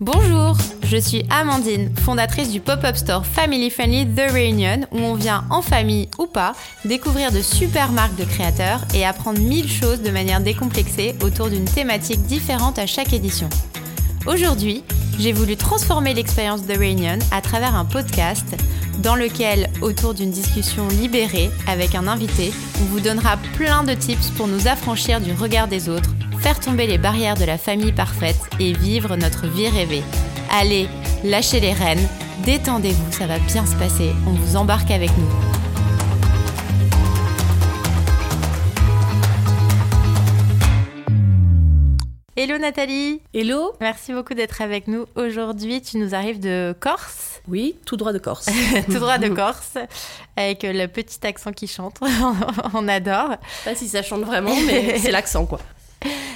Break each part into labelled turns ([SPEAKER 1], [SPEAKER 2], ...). [SPEAKER 1] Bonjour, je suis Amandine, fondatrice du pop-up store Family Friendly The Reunion, où on vient en famille ou pas découvrir de super marques de créateurs et apprendre mille choses de manière décomplexée autour d'une thématique différente à chaque édition. Aujourd'hui, j'ai voulu transformer l'expérience The Reunion à travers un podcast dans lequel, autour d'une discussion libérée avec un invité, on vous donnera plein de tips pour nous affranchir du regard des autres faire tomber les barrières de la famille parfaite et vivre notre vie rêvée. Allez, lâchez les rênes, détendez-vous, ça va bien se passer, on vous embarque avec nous. Hello Nathalie
[SPEAKER 2] Hello
[SPEAKER 1] Merci beaucoup d'être avec nous aujourd'hui. Tu nous arrives de Corse,
[SPEAKER 2] Oui, tout droit de Corse.
[SPEAKER 1] tout droit de Corse, avec le petit accent qui chante. On adore.
[SPEAKER 2] Pas si ça chante vraiment, mais c'est l'accent quoi.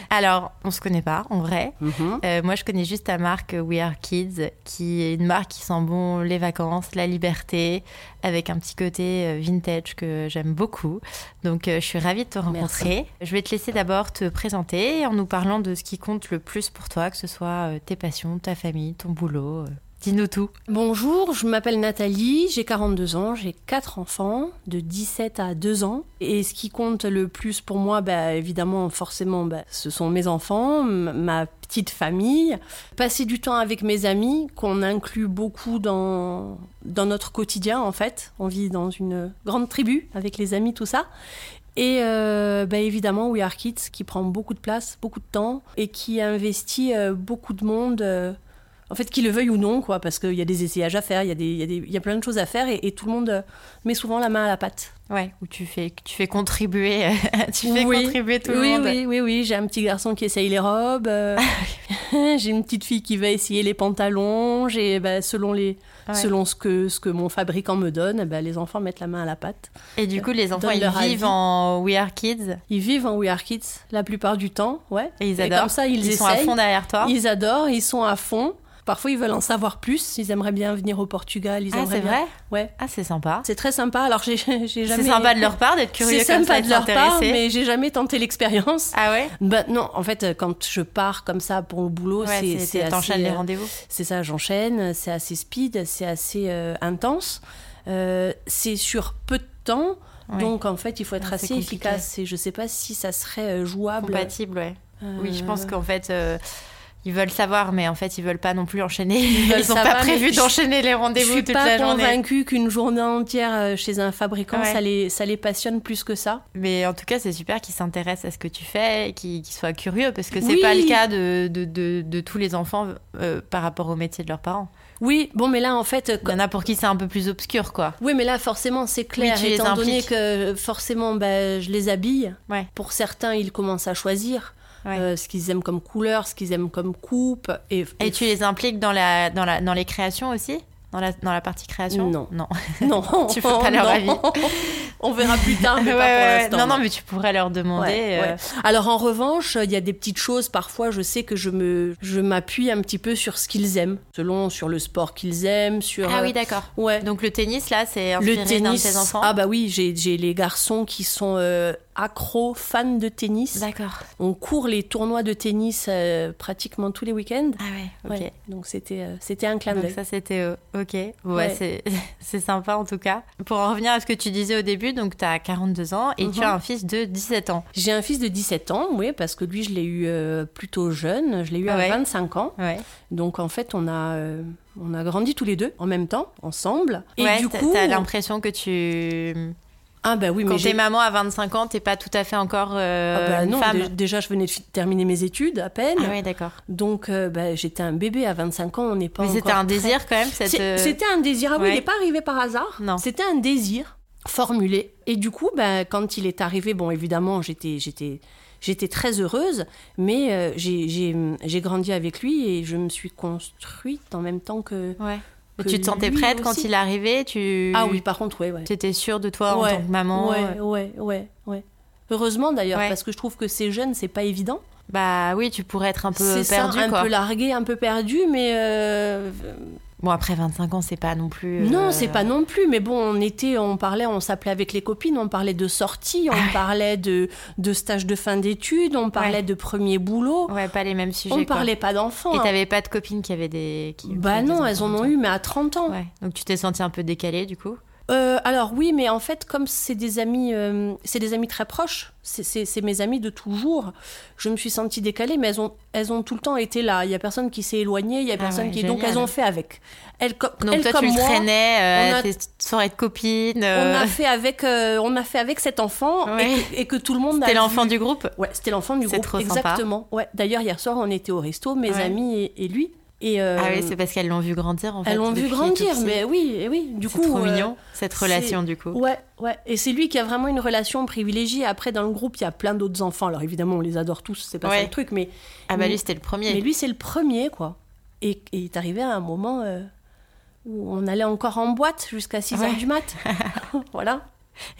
[SPEAKER 1] Alors, on se connaît pas en vrai.
[SPEAKER 2] Mhm.
[SPEAKER 1] Euh, moi, je connais juste ta marque euh, We Are Kids, qui est une marque qui sent bon les vacances, la liberté, avec un petit côté euh, vintage que j'aime beaucoup. Donc, euh, je suis ravie de te rencontrer. Je vais te laisser d'abord te présenter en nous parlant de ce qui compte le plus pour toi, que ce soit euh, tes passions, ta famille, ton boulot. euh. Dis-nous tout.
[SPEAKER 2] Bonjour, je m'appelle Nathalie, j'ai 42 ans, j'ai quatre enfants de 17 à 2 ans. Et ce qui compte le plus pour moi, bah, évidemment, forcément, bah, ce sont mes enfants, m- ma petite famille, passer du temps avec mes amis qu'on inclut beaucoup dans, dans notre quotidien en fait. On vit dans une grande tribu avec les amis, tout ça. Et euh, bah, évidemment, We Are Kids qui prend beaucoup de place, beaucoup de temps et qui investit euh, beaucoup de monde. euh, en fait, qu'ils le veuillent ou non, quoi, parce qu'il y a des essayages à faire, il y, a des- il y a des- il y a plein de choses à faire et, et tout le monde euh, met souvent la main à la pâte.
[SPEAKER 1] Ouais, où tu fais, tu fais contribuer, tu fais
[SPEAKER 2] Oui.
[SPEAKER 1] contribuer tout le
[SPEAKER 2] oui,
[SPEAKER 1] monde.
[SPEAKER 2] oui, oui, oui, j'ai un petit garçon qui essaye les robes, euh, j'ai une petite fille qui va essayer les pantalons, j'ai, bah, selon, les,
[SPEAKER 1] Ouais.
[SPEAKER 2] selon ce, que, ce que mon fabricant me donne, eh ben, les enfants mettent la main à la pâte.
[SPEAKER 1] Et du coup, les enfants,
[SPEAKER 2] Donne
[SPEAKER 1] ils
[SPEAKER 2] leur
[SPEAKER 1] vivent
[SPEAKER 2] avis.
[SPEAKER 1] en We Are Kids
[SPEAKER 2] Ils vivent en We Are Kids la plupart du temps, ouais.
[SPEAKER 1] et ils
[SPEAKER 2] Et
[SPEAKER 1] adorent.
[SPEAKER 2] comme ça, ils,
[SPEAKER 1] ils sont à
[SPEAKER 2] essayent.
[SPEAKER 1] fond derrière toi. Ah,
[SPEAKER 2] Ils adorent, ils sont à fond. Parfois, ils veulent en savoir plus. Ils aimeraient bien venir au Portugal. Ils
[SPEAKER 1] Ah,
[SPEAKER 2] aimeraient
[SPEAKER 1] c'est
[SPEAKER 2] bien-
[SPEAKER 1] vrai
[SPEAKER 2] Ouais.
[SPEAKER 1] Ah, c'est sympa.
[SPEAKER 2] C'est très sympa. Alors, j'ai j'ai jamais.
[SPEAKER 1] C'est sympa de leur part d'être curieux
[SPEAKER 2] C'est
[SPEAKER 1] comme
[SPEAKER 2] sympa
[SPEAKER 1] ça et
[SPEAKER 2] de leur part,
[SPEAKER 1] s'intéresser.
[SPEAKER 2] mais j'ai jamais tenté l'expérience.
[SPEAKER 1] Ah ouais
[SPEAKER 2] Bah non, en fait, euh, quand je pars comme ça pour le boulot,
[SPEAKER 1] Ouais,
[SPEAKER 2] Oh, c'est c'est
[SPEAKER 1] c'est t'enchaînes
[SPEAKER 2] assez,
[SPEAKER 1] les
[SPEAKER 2] euh,
[SPEAKER 1] rendez-vous.
[SPEAKER 2] c'est ça, j'enchaîne, c'est assez speed, c'est assez euh, intense. Euh, c'est sur peu de temps,
[SPEAKER 1] Ouais.
[SPEAKER 2] donc en fait, il faut être
[SPEAKER 1] Ouais, c'est
[SPEAKER 2] assez
[SPEAKER 1] compliqué.
[SPEAKER 2] efficace. Et je sais pas si ça serait euh, jouable.
[SPEAKER 1] Compatible, ouais.
[SPEAKER 2] Euh,
[SPEAKER 1] Oui, je pense qu'en fait, euh, ils veulent savoir, mais en fait, ils veulent pas non plus enchaîner.
[SPEAKER 2] veulent
[SPEAKER 1] Ils n'ont pas
[SPEAKER 2] savoir, mais
[SPEAKER 1] prévu
[SPEAKER 2] je-
[SPEAKER 1] d'enchaîner les
[SPEAKER 2] Je
[SPEAKER 1] rendez-vous
[SPEAKER 2] suis
[SPEAKER 1] toute
[SPEAKER 2] pas
[SPEAKER 1] la journée.
[SPEAKER 2] convaincue qu'une journée entière euh, chez un fabricant,
[SPEAKER 1] Ouais.
[SPEAKER 2] ça, les, ça les passionne plus que ça.
[SPEAKER 1] Mais en tout cas, c'est super qu'ils s'intéressent à ce que tu fais, et qu'ils qu'ils soient curieux, parce que c'est
[SPEAKER 2] Oui.
[SPEAKER 1] pas le cas de, de, de, de tous les enfants euh, par rapport au métier de leurs parents.
[SPEAKER 2] Oui, bon, mais là, en fait,
[SPEAKER 1] Il y en a pour qui c'est un peu plus obscur, quoi.
[SPEAKER 2] Oui, mais là, forcément, c'est clair,
[SPEAKER 1] Oui, tu les
[SPEAKER 2] étant donné
[SPEAKER 1] impliques.
[SPEAKER 2] que euh, forcément, bah, je les habille.
[SPEAKER 1] Ouais.
[SPEAKER 2] Pour certains, ils commencent à choisir
[SPEAKER 1] Ouais.
[SPEAKER 2] euh, ce qu'ils aiment comme couleur, ce qu'ils aiment comme coupe. Et,
[SPEAKER 1] Et tu les impliques dans, la, dans, la, dans les créations aussi dans la, dans la partie création
[SPEAKER 2] Non.
[SPEAKER 1] Non.
[SPEAKER 2] Non,
[SPEAKER 1] Tu fais pas leur
[SPEAKER 2] non.
[SPEAKER 1] avis.
[SPEAKER 2] On verra plus tard, Ah, mais
[SPEAKER 1] Ouais,
[SPEAKER 2] pas
[SPEAKER 1] ouais,
[SPEAKER 2] pour
[SPEAKER 1] ouais.
[SPEAKER 2] l'instant.
[SPEAKER 1] Non, non, mais tu pourrais leur demander.
[SPEAKER 2] Ouais,
[SPEAKER 1] euh,
[SPEAKER 2] ouais. Alors en revanche, il y a des petites choses parfois, je sais que je me je m'appuie un petit peu sur ce qu'ils aiment, selon sur le sport qu'ils aiment, sur
[SPEAKER 1] Ah
[SPEAKER 2] euh,
[SPEAKER 1] oui, d'accord.
[SPEAKER 2] ouais.
[SPEAKER 1] Donc le tennis, là, c'est inspiré
[SPEAKER 2] le
[SPEAKER 1] d'un de
[SPEAKER 2] tennis.
[SPEAKER 1] tes enfants.
[SPEAKER 2] Ah bah oui, j'ai j'ai les garçons qui sont euh, accros fans de tennis.
[SPEAKER 1] D'accord.
[SPEAKER 2] On court les tournois de tennis euh, pratiquement tous les week-ends.
[SPEAKER 1] Ah ouais, ok.
[SPEAKER 2] Ouais, donc c'était euh, c'était un clin
[SPEAKER 1] Donc
[SPEAKER 2] d'œil.
[SPEAKER 1] ça c'était euh, ok. Ouais,
[SPEAKER 2] Ouais.
[SPEAKER 1] c'est- c'est sympa en tout cas. Pour en revenir à ce que tu disais au début, donc tu as 42 ans et tu
[SPEAKER 2] Mhm.
[SPEAKER 1] as un fils de 17 ans.
[SPEAKER 2] J'ai un fils de 17 ans, oui, parce que lui je l'ai eu euh, plutôt jeune, je l'ai eu à
[SPEAKER 1] Ouais.
[SPEAKER 2] 25 ans.
[SPEAKER 1] Ouais.
[SPEAKER 2] Donc en fait, on a euh, on a grandi tous les deux en même temps, ensemble et
[SPEAKER 1] ouais,
[SPEAKER 2] du
[SPEAKER 1] t'as-
[SPEAKER 2] coup
[SPEAKER 1] t'as l'impression que tu
[SPEAKER 2] Ah bah oui,
[SPEAKER 1] quand
[SPEAKER 2] mais
[SPEAKER 1] t'es
[SPEAKER 2] j'ai
[SPEAKER 1] maman à 25 ans, t'es pas tout à fait encore euh,
[SPEAKER 2] ah bah
[SPEAKER 1] une
[SPEAKER 2] non,
[SPEAKER 1] femme.
[SPEAKER 2] dé- déjà je venais de fi- terminer mes études à peine.
[SPEAKER 1] Ah ouais, d'accord.
[SPEAKER 2] Donc euh, bah, j'étais un bébé à 25 ans, on n'est pas
[SPEAKER 1] Mais c'était
[SPEAKER 2] encore
[SPEAKER 1] un désir quand même cette
[SPEAKER 2] C'est-
[SPEAKER 1] euh,
[SPEAKER 2] C'était un désir. Ah oui,
[SPEAKER 1] ouais.
[SPEAKER 2] il n'est pas arrivé par hasard.
[SPEAKER 1] Non.
[SPEAKER 2] C'était un désir formulé. Et du coup, ben, quand il est arrivé, bon, évidemment, j'étais, j'étais, j'étais très heureuse, mais euh, j'ai, j'ai- j'ai grandi avec lui et je me suis construite en même temps que.
[SPEAKER 1] Ouais. Et
[SPEAKER 2] que
[SPEAKER 1] tu te sentais
[SPEAKER 2] lui
[SPEAKER 1] prête quand
[SPEAKER 2] aussi.
[SPEAKER 1] il arrivait, tu
[SPEAKER 2] Ah oui, par contre, ouais, ouais.
[SPEAKER 1] T'étais sûre de toi
[SPEAKER 2] Ouais,
[SPEAKER 1] en tant que maman euh,
[SPEAKER 2] Ouais, ouais, ouais, ouais. Heureusement d'ailleurs,
[SPEAKER 1] Ouais.
[SPEAKER 2] parce que je trouve que ces jeunes, c'est pas évident.
[SPEAKER 1] Bah oui, tu pourrais être un peu
[SPEAKER 2] C'est ça,
[SPEAKER 1] perdue
[SPEAKER 2] un
[SPEAKER 1] quoi.
[SPEAKER 2] peu largué, un peu perdu, mais euh,
[SPEAKER 1] Bon, après 25 ans, c'est pas non plus. euh,
[SPEAKER 2] Non, c'est pas non plus, mais bon, on était, on parlait, on s'appelait avec les copines, on parlait de sorties, on
[SPEAKER 1] ouais.
[SPEAKER 2] parlait de, de stages de fin d'études, on parlait
[SPEAKER 1] Ouais.
[SPEAKER 2] de premier boulot,
[SPEAKER 1] Ouais, pas les mêmes sujets.
[SPEAKER 2] on
[SPEAKER 1] quoi.
[SPEAKER 2] parlait pas d'enfants.
[SPEAKER 1] Et
[SPEAKER 2] hein.
[SPEAKER 1] t'avais pas de copines qui avaient des. Qui,
[SPEAKER 2] Bah
[SPEAKER 1] qui
[SPEAKER 2] non, elles en
[SPEAKER 1] enfants
[SPEAKER 2] ont
[SPEAKER 1] comme
[SPEAKER 2] eu, mais à 30 ans.
[SPEAKER 1] toi. Ouais. Donc tu t'es sentie un peu décalée du coup
[SPEAKER 2] Euh, alors oui, mais en fait, comme c'est des amis, euh, c'est des amis très proches, c'est- c'est c'est mes amis de toujours. Je me suis sentie décalée, mais elles ont, elles ont tout le temps été là. Il y a personne qui s'est éloigné, il y a
[SPEAKER 1] Ah
[SPEAKER 2] personne
[SPEAKER 1] ouais,
[SPEAKER 2] qui, donc
[SPEAKER 1] génial.
[SPEAKER 2] elles ont fait avec. Elles, co-
[SPEAKER 1] Donc
[SPEAKER 2] elles
[SPEAKER 1] toi,
[SPEAKER 2] comme
[SPEAKER 1] tu le
[SPEAKER 2] moi,
[SPEAKER 1] traînais
[SPEAKER 2] on
[SPEAKER 1] euh,
[SPEAKER 2] a-
[SPEAKER 1] tes soirées de copines.
[SPEAKER 2] on
[SPEAKER 1] euh,
[SPEAKER 2] a fait avec, euh, on a fait avec cet enfant
[SPEAKER 1] Ouais.
[SPEAKER 2] et, que, et que tout le monde. a
[SPEAKER 1] T'es
[SPEAKER 2] vu.
[SPEAKER 1] l'enfant du groupe
[SPEAKER 2] Ouais, c'était l'enfant du
[SPEAKER 1] C'est
[SPEAKER 2] groupe.
[SPEAKER 1] trop sympa.
[SPEAKER 2] exactement. Ouais. D'ailleurs, hier soir, on était au resto, mes
[SPEAKER 1] Ouais.
[SPEAKER 2] amis et, et lui. Et euh,
[SPEAKER 1] Ah oui, c'est parce qu'elles l'ont vu grandir en fait.
[SPEAKER 2] elles l'ont vu
[SPEAKER 1] depuis
[SPEAKER 2] grandir,
[SPEAKER 1] tout petit.
[SPEAKER 2] mais oui, et oui. Du
[SPEAKER 1] C'est
[SPEAKER 2] coup,
[SPEAKER 1] trop
[SPEAKER 2] euh,
[SPEAKER 1] mignon cette
[SPEAKER 2] c'est-
[SPEAKER 1] relation du coup.
[SPEAKER 2] Ouais, ouais. Et c'est lui qui a vraiment une relation privilégiée. Après, dans le groupe, il y a plein d'autres enfants. Alors évidemment, on les adore tous, c'est pas
[SPEAKER 1] Ouais.
[SPEAKER 2] ça le truc, mais,
[SPEAKER 1] Ah bah
[SPEAKER 2] mais-
[SPEAKER 1] lui c'était le premier.
[SPEAKER 2] mais lui, c'est le premier, quoi. Et, et il est arrivé à un moment euh, où on allait encore en boîte jusqu'à 6
[SPEAKER 1] Ouais.
[SPEAKER 2] h du mat. voilà.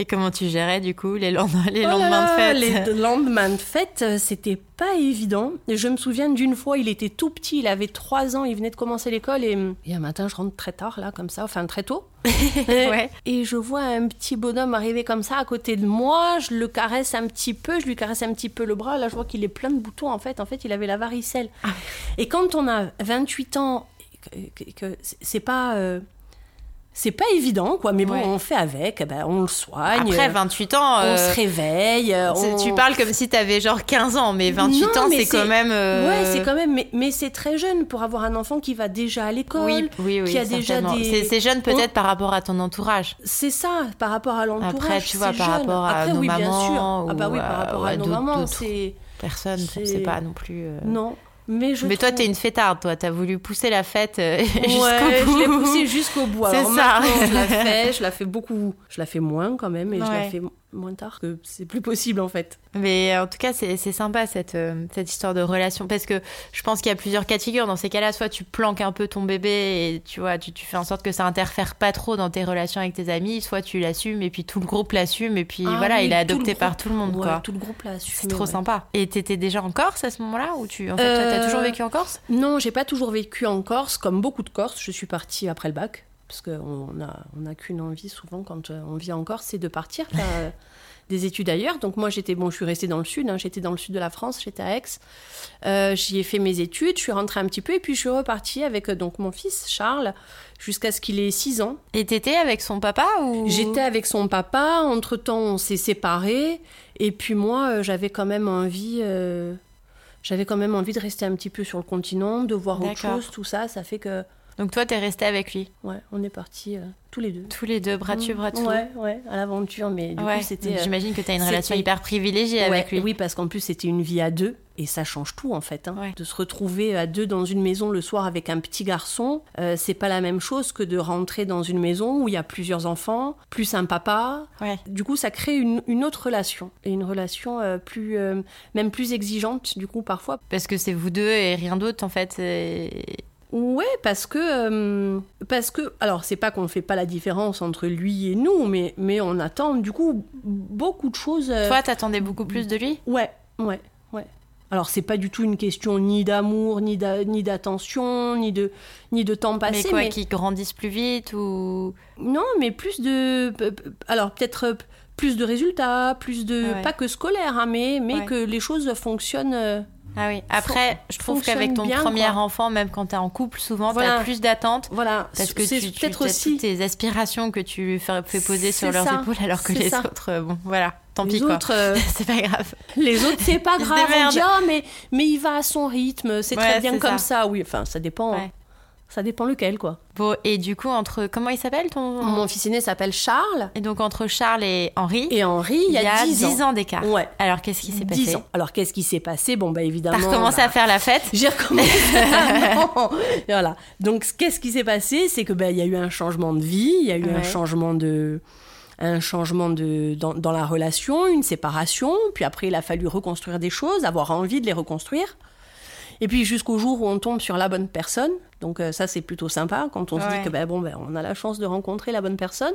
[SPEAKER 1] Et comment tu gérais du coup les, lendem- les
[SPEAKER 2] Oh là
[SPEAKER 1] lendemains de
[SPEAKER 2] là,
[SPEAKER 1] fête
[SPEAKER 2] Les d- lendemains de fête, euh, c'était pas évident. Et je me souviens d'une fois, il était tout petit, il avait 3 ans, il venait de commencer l'école et, et un matin, je rentre très tard là, comme ça, enfin très tôt. Et-
[SPEAKER 1] Ouais.
[SPEAKER 2] Et je vois un petit bonhomme arriver comme ça à côté de moi, je le caresse un petit peu, je lui caresse un petit peu le bras, là je vois qu'il est plein de boutons en fait, en fait il avait la varicelle.
[SPEAKER 1] Ah.
[SPEAKER 2] Et quand on a 28 ans, et que, que- que c'est- c'est pas... euh, c'est pas évident, quoi, mais bon,
[SPEAKER 1] Ouais.
[SPEAKER 2] on fait avec, eh ben, on le soigne.
[SPEAKER 1] Après
[SPEAKER 2] euh,
[SPEAKER 1] 28 ans,
[SPEAKER 2] on
[SPEAKER 1] euh,
[SPEAKER 2] se réveille. euh,
[SPEAKER 1] c'est-
[SPEAKER 2] on-
[SPEAKER 1] tu parles comme si t'avais genre 15 ans, mais 28
[SPEAKER 2] Non,
[SPEAKER 1] ans
[SPEAKER 2] mais
[SPEAKER 1] c'est
[SPEAKER 2] c'est-
[SPEAKER 1] quand même. euh,
[SPEAKER 2] Ouais, c'est quand même. Mais, mais c'est très jeune pour avoir un enfant qui va déjà à l'école.
[SPEAKER 1] Oui, oui, oui.
[SPEAKER 2] qui a déjà
[SPEAKER 1] certainement.
[SPEAKER 2] des-
[SPEAKER 1] C'est- C'est jeune peut-être par rapport à ton entourage.
[SPEAKER 2] C'est ça, par rapport à l'entourage.
[SPEAKER 1] Après, tu vois,
[SPEAKER 2] c'est
[SPEAKER 1] par
[SPEAKER 2] jeune.
[SPEAKER 1] rapport à
[SPEAKER 2] Après,
[SPEAKER 1] nos
[SPEAKER 2] oui, bien
[SPEAKER 1] mamans
[SPEAKER 2] sûr. ah
[SPEAKER 1] ou
[SPEAKER 2] bah oui,
[SPEAKER 1] à-
[SPEAKER 2] par rapport
[SPEAKER 1] ouais,
[SPEAKER 2] à nos
[SPEAKER 1] d'autres-
[SPEAKER 2] mamans,
[SPEAKER 1] d'autres.
[SPEAKER 2] c'est
[SPEAKER 1] Personne, je sais
[SPEAKER 2] C'est-
[SPEAKER 1] pas non plus. euh.
[SPEAKER 2] non. Mais je.
[SPEAKER 1] Mais toi,
[SPEAKER 2] trouve-
[SPEAKER 1] t'es une fêtarde, toi. T'as voulu pousser la fête euh,
[SPEAKER 2] Ouais,
[SPEAKER 1] jusqu'au bout.
[SPEAKER 2] Je l'ai poussée jusqu'au bout.
[SPEAKER 1] C'est
[SPEAKER 2] Alors
[SPEAKER 1] ça.
[SPEAKER 2] maintenant, Je la fais, je la fais beaucoup. Je la fais moins quand même, et je la
[SPEAKER 1] Ouais.
[SPEAKER 2] fais mo- moins tard. que C'est plus possible en fait.
[SPEAKER 1] Mais euh, en tout cas, c'est c'est sympa cette, euh, cette histoire de relation. Parce que je pense qu'il y a plusieurs cas de figure. Dans ces cas-là, soit tu planques un peu ton bébé et tu, vois, tu, tu fais en sorte que ça interfère pas trop dans tes relations avec tes amis, soit tu l'assumes et puis tout le groupe l'assume et puis
[SPEAKER 2] Ah
[SPEAKER 1] voilà,
[SPEAKER 2] oui,
[SPEAKER 1] il est
[SPEAKER 2] tout le
[SPEAKER 1] adopté par
[SPEAKER 2] groupe.
[SPEAKER 1] tout le monde.
[SPEAKER 2] Ouais,
[SPEAKER 1] quoi.
[SPEAKER 2] Tout le groupe là. a
[SPEAKER 1] C'est
[SPEAKER 2] assumé,
[SPEAKER 1] trop
[SPEAKER 2] ouais.
[SPEAKER 1] sympa. Et t'étais déjà en Corse à ce moment-là ou tu, en fait, toi, t'as
[SPEAKER 2] Euh,
[SPEAKER 1] toujours vécu en Corse
[SPEAKER 2] Non, j'ai pas toujours vécu en Corse, comme beaucoup de Corses. Je suis partie après le bac, parce qu'on n'a on a qu'une envie souvent quand euh, on vit en Corse, c'est de partir faire euh, des études ailleurs. Donc moi, j'étais bon, je suis restée dans le sud. hein, j'étais dans le sud de la France, j'étais à Aix. Euh, J'y ai fait mes études, je suis rentrée un petit peu, et puis je suis repartie avec euh, donc mon fils Charles jusqu'à ce qu'il ait 6 ans.
[SPEAKER 1] Et t'étais avec son papa ou
[SPEAKER 2] J'étais avec son papa. Entre temps, on s'est séparés. Et puis moi, euh, j'avais quand même envie. euh, j'avais quand même envie de rester un petit peu sur le continent, de voir autre
[SPEAKER 1] D'accord.
[SPEAKER 2] chose, tout ça. Ça fait que,
[SPEAKER 1] Donc toi, t'es resté avec lui.
[SPEAKER 2] ouais, on est partis euh, tous les deux.
[SPEAKER 1] Tous les deux, bras dessus,
[SPEAKER 2] Mm.
[SPEAKER 1] bras dessous.
[SPEAKER 2] Ouais, ouais, à l'aventure. Mais du
[SPEAKER 1] Ouais.
[SPEAKER 2] coup, c'était.
[SPEAKER 1] Donc
[SPEAKER 2] euh,
[SPEAKER 1] J'imagine que t'as une
[SPEAKER 2] c'était-
[SPEAKER 1] relation hyper privilégiée
[SPEAKER 2] ouais,
[SPEAKER 1] avec lui.
[SPEAKER 2] Oui, parce qu'en plus, c'était une vie à deux. Et ça change tout, en fait. hein.
[SPEAKER 1] Ouais.
[SPEAKER 2] De se retrouver à deux dans une maison le soir avec un petit garçon, euh, c'est pas la même chose que de rentrer dans une maison où il y a plusieurs enfants, plus un papa.
[SPEAKER 1] Ouais.
[SPEAKER 2] Du coup, ça crée une, une autre relation, et une relation euh, plus, euh, même plus exigeante, du coup, parfois.
[SPEAKER 1] Parce que c'est vous deux et rien d'autre, en fait. et-
[SPEAKER 2] Ouais, parce que, euh, parce que, alors, c'est pas qu'on fait pas la différence entre lui et nous, mais, mais on attend, du coup, beaucoup de choses. euh,
[SPEAKER 1] Toi, t'attendais beaucoup plus de lui
[SPEAKER 2] Ouais, ouais, ouais. Alors, c'est pas du tout une question ni d'amour, ni d'a- ni d'attention, ni de, ni de temps
[SPEAKER 1] Mais
[SPEAKER 2] passé.
[SPEAKER 1] quoi,
[SPEAKER 2] bah mais-
[SPEAKER 1] qu'il grandisse plus vite ou...
[SPEAKER 2] Non, mais plus de. p- p- Alors, peut-être euh, p- plus de résultats, plus de.
[SPEAKER 1] Ouais.
[SPEAKER 2] Pas que scolaire, hein, mais, mais
[SPEAKER 1] Ouais.
[SPEAKER 2] que les choses fonctionnent. euh,
[SPEAKER 1] Ah oui. Après, je trouve
[SPEAKER 2] fonctionne
[SPEAKER 1] qu'avec ton
[SPEAKER 2] bien,
[SPEAKER 1] premier
[SPEAKER 2] quoi.
[SPEAKER 1] enfant, même quand t'es en couple, souvent, t'as
[SPEAKER 2] Voilà.
[SPEAKER 1] plus d'attentes.
[SPEAKER 2] Voilà,
[SPEAKER 1] Parce que
[SPEAKER 2] c'est
[SPEAKER 1] tu, tu
[SPEAKER 2] peut-être
[SPEAKER 1] as
[SPEAKER 2] aussi.
[SPEAKER 1] toutes tes aspirations que tu lui fais fais poser sur
[SPEAKER 2] C'est
[SPEAKER 1] leurs
[SPEAKER 2] ça.
[SPEAKER 1] épaules, alors que
[SPEAKER 2] C'est
[SPEAKER 1] les
[SPEAKER 2] ça.
[SPEAKER 1] autres, euh, bon, voilà, tant
[SPEAKER 2] les
[SPEAKER 1] pis quoi.
[SPEAKER 2] autres, euh,
[SPEAKER 1] C'est pas grave.
[SPEAKER 2] les autres, c'est pas
[SPEAKER 1] Ils se
[SPEAKER 2] grave. On dit,
[SPEAKER 1] démerdent.
[SPEAKER 2] Ah, mais, mais il va à son rythme, c'est
[SPEAKER 1] Ouais,
[SPEAKER 2] très bien
[SPEAKER 1] c'est
[SPEAKER 2] comme ça. Oui, enfin, ça dépend.
[SPEAKER 1] Ouais.
[SPEAKER 2] Ça dépend lequel, quoi.
[SPEAKER 1] Bon, et du coup, entre... Comment il s'appelle ton...
[SPEAKER 2] Mon fils aîné s'appelle Charles,
[SPEAKER 1] Et donc, entre Charles et Henri,
[SPEAKER 2] et Henri, il y a 10 ans.
[SPEAKER 1] ans, d'écart.
[SPEAKER 2] Ouais.
[SPEAKER 1] Alors, qu'est-ce qui s'est
[SPEAKER 2] 10
[SPEAKER 1] passé
[SPEAKER 2] ans. Alors, qu'est-ce qui s'est passé Bon, bah
[SPEAKER 1] T'as
[SPEAKER 2] évidemment.
[SPEAKER 1] recommencé
[SPEAKER 2] bah,
[SPEAKER 1] à faire la fête
[SPEAKER 2] J'ai recommencé. Ah, Non. Et voilà. Donc, c- qu'est-ce qui s'est passé C'est que ben, il y a eu un changement de vie, il y a eu
[SPEAKER 1] Ouais.
[SPEAKER 2] un changement de un changement de, dans, dans la relation, une séparation, puis après il a fallu reconstruire des choses, avoir envie de les reconstruire, et puis jusqu'au jour où on tombe sur la bonne personne, donc euh, ça c'est plutôt sympa quand on se
[SPEAKER 1] Ouais.
[SPEAKER 2] dit que ben, bon, ben, on a la chance de rencontrer la bonne personne,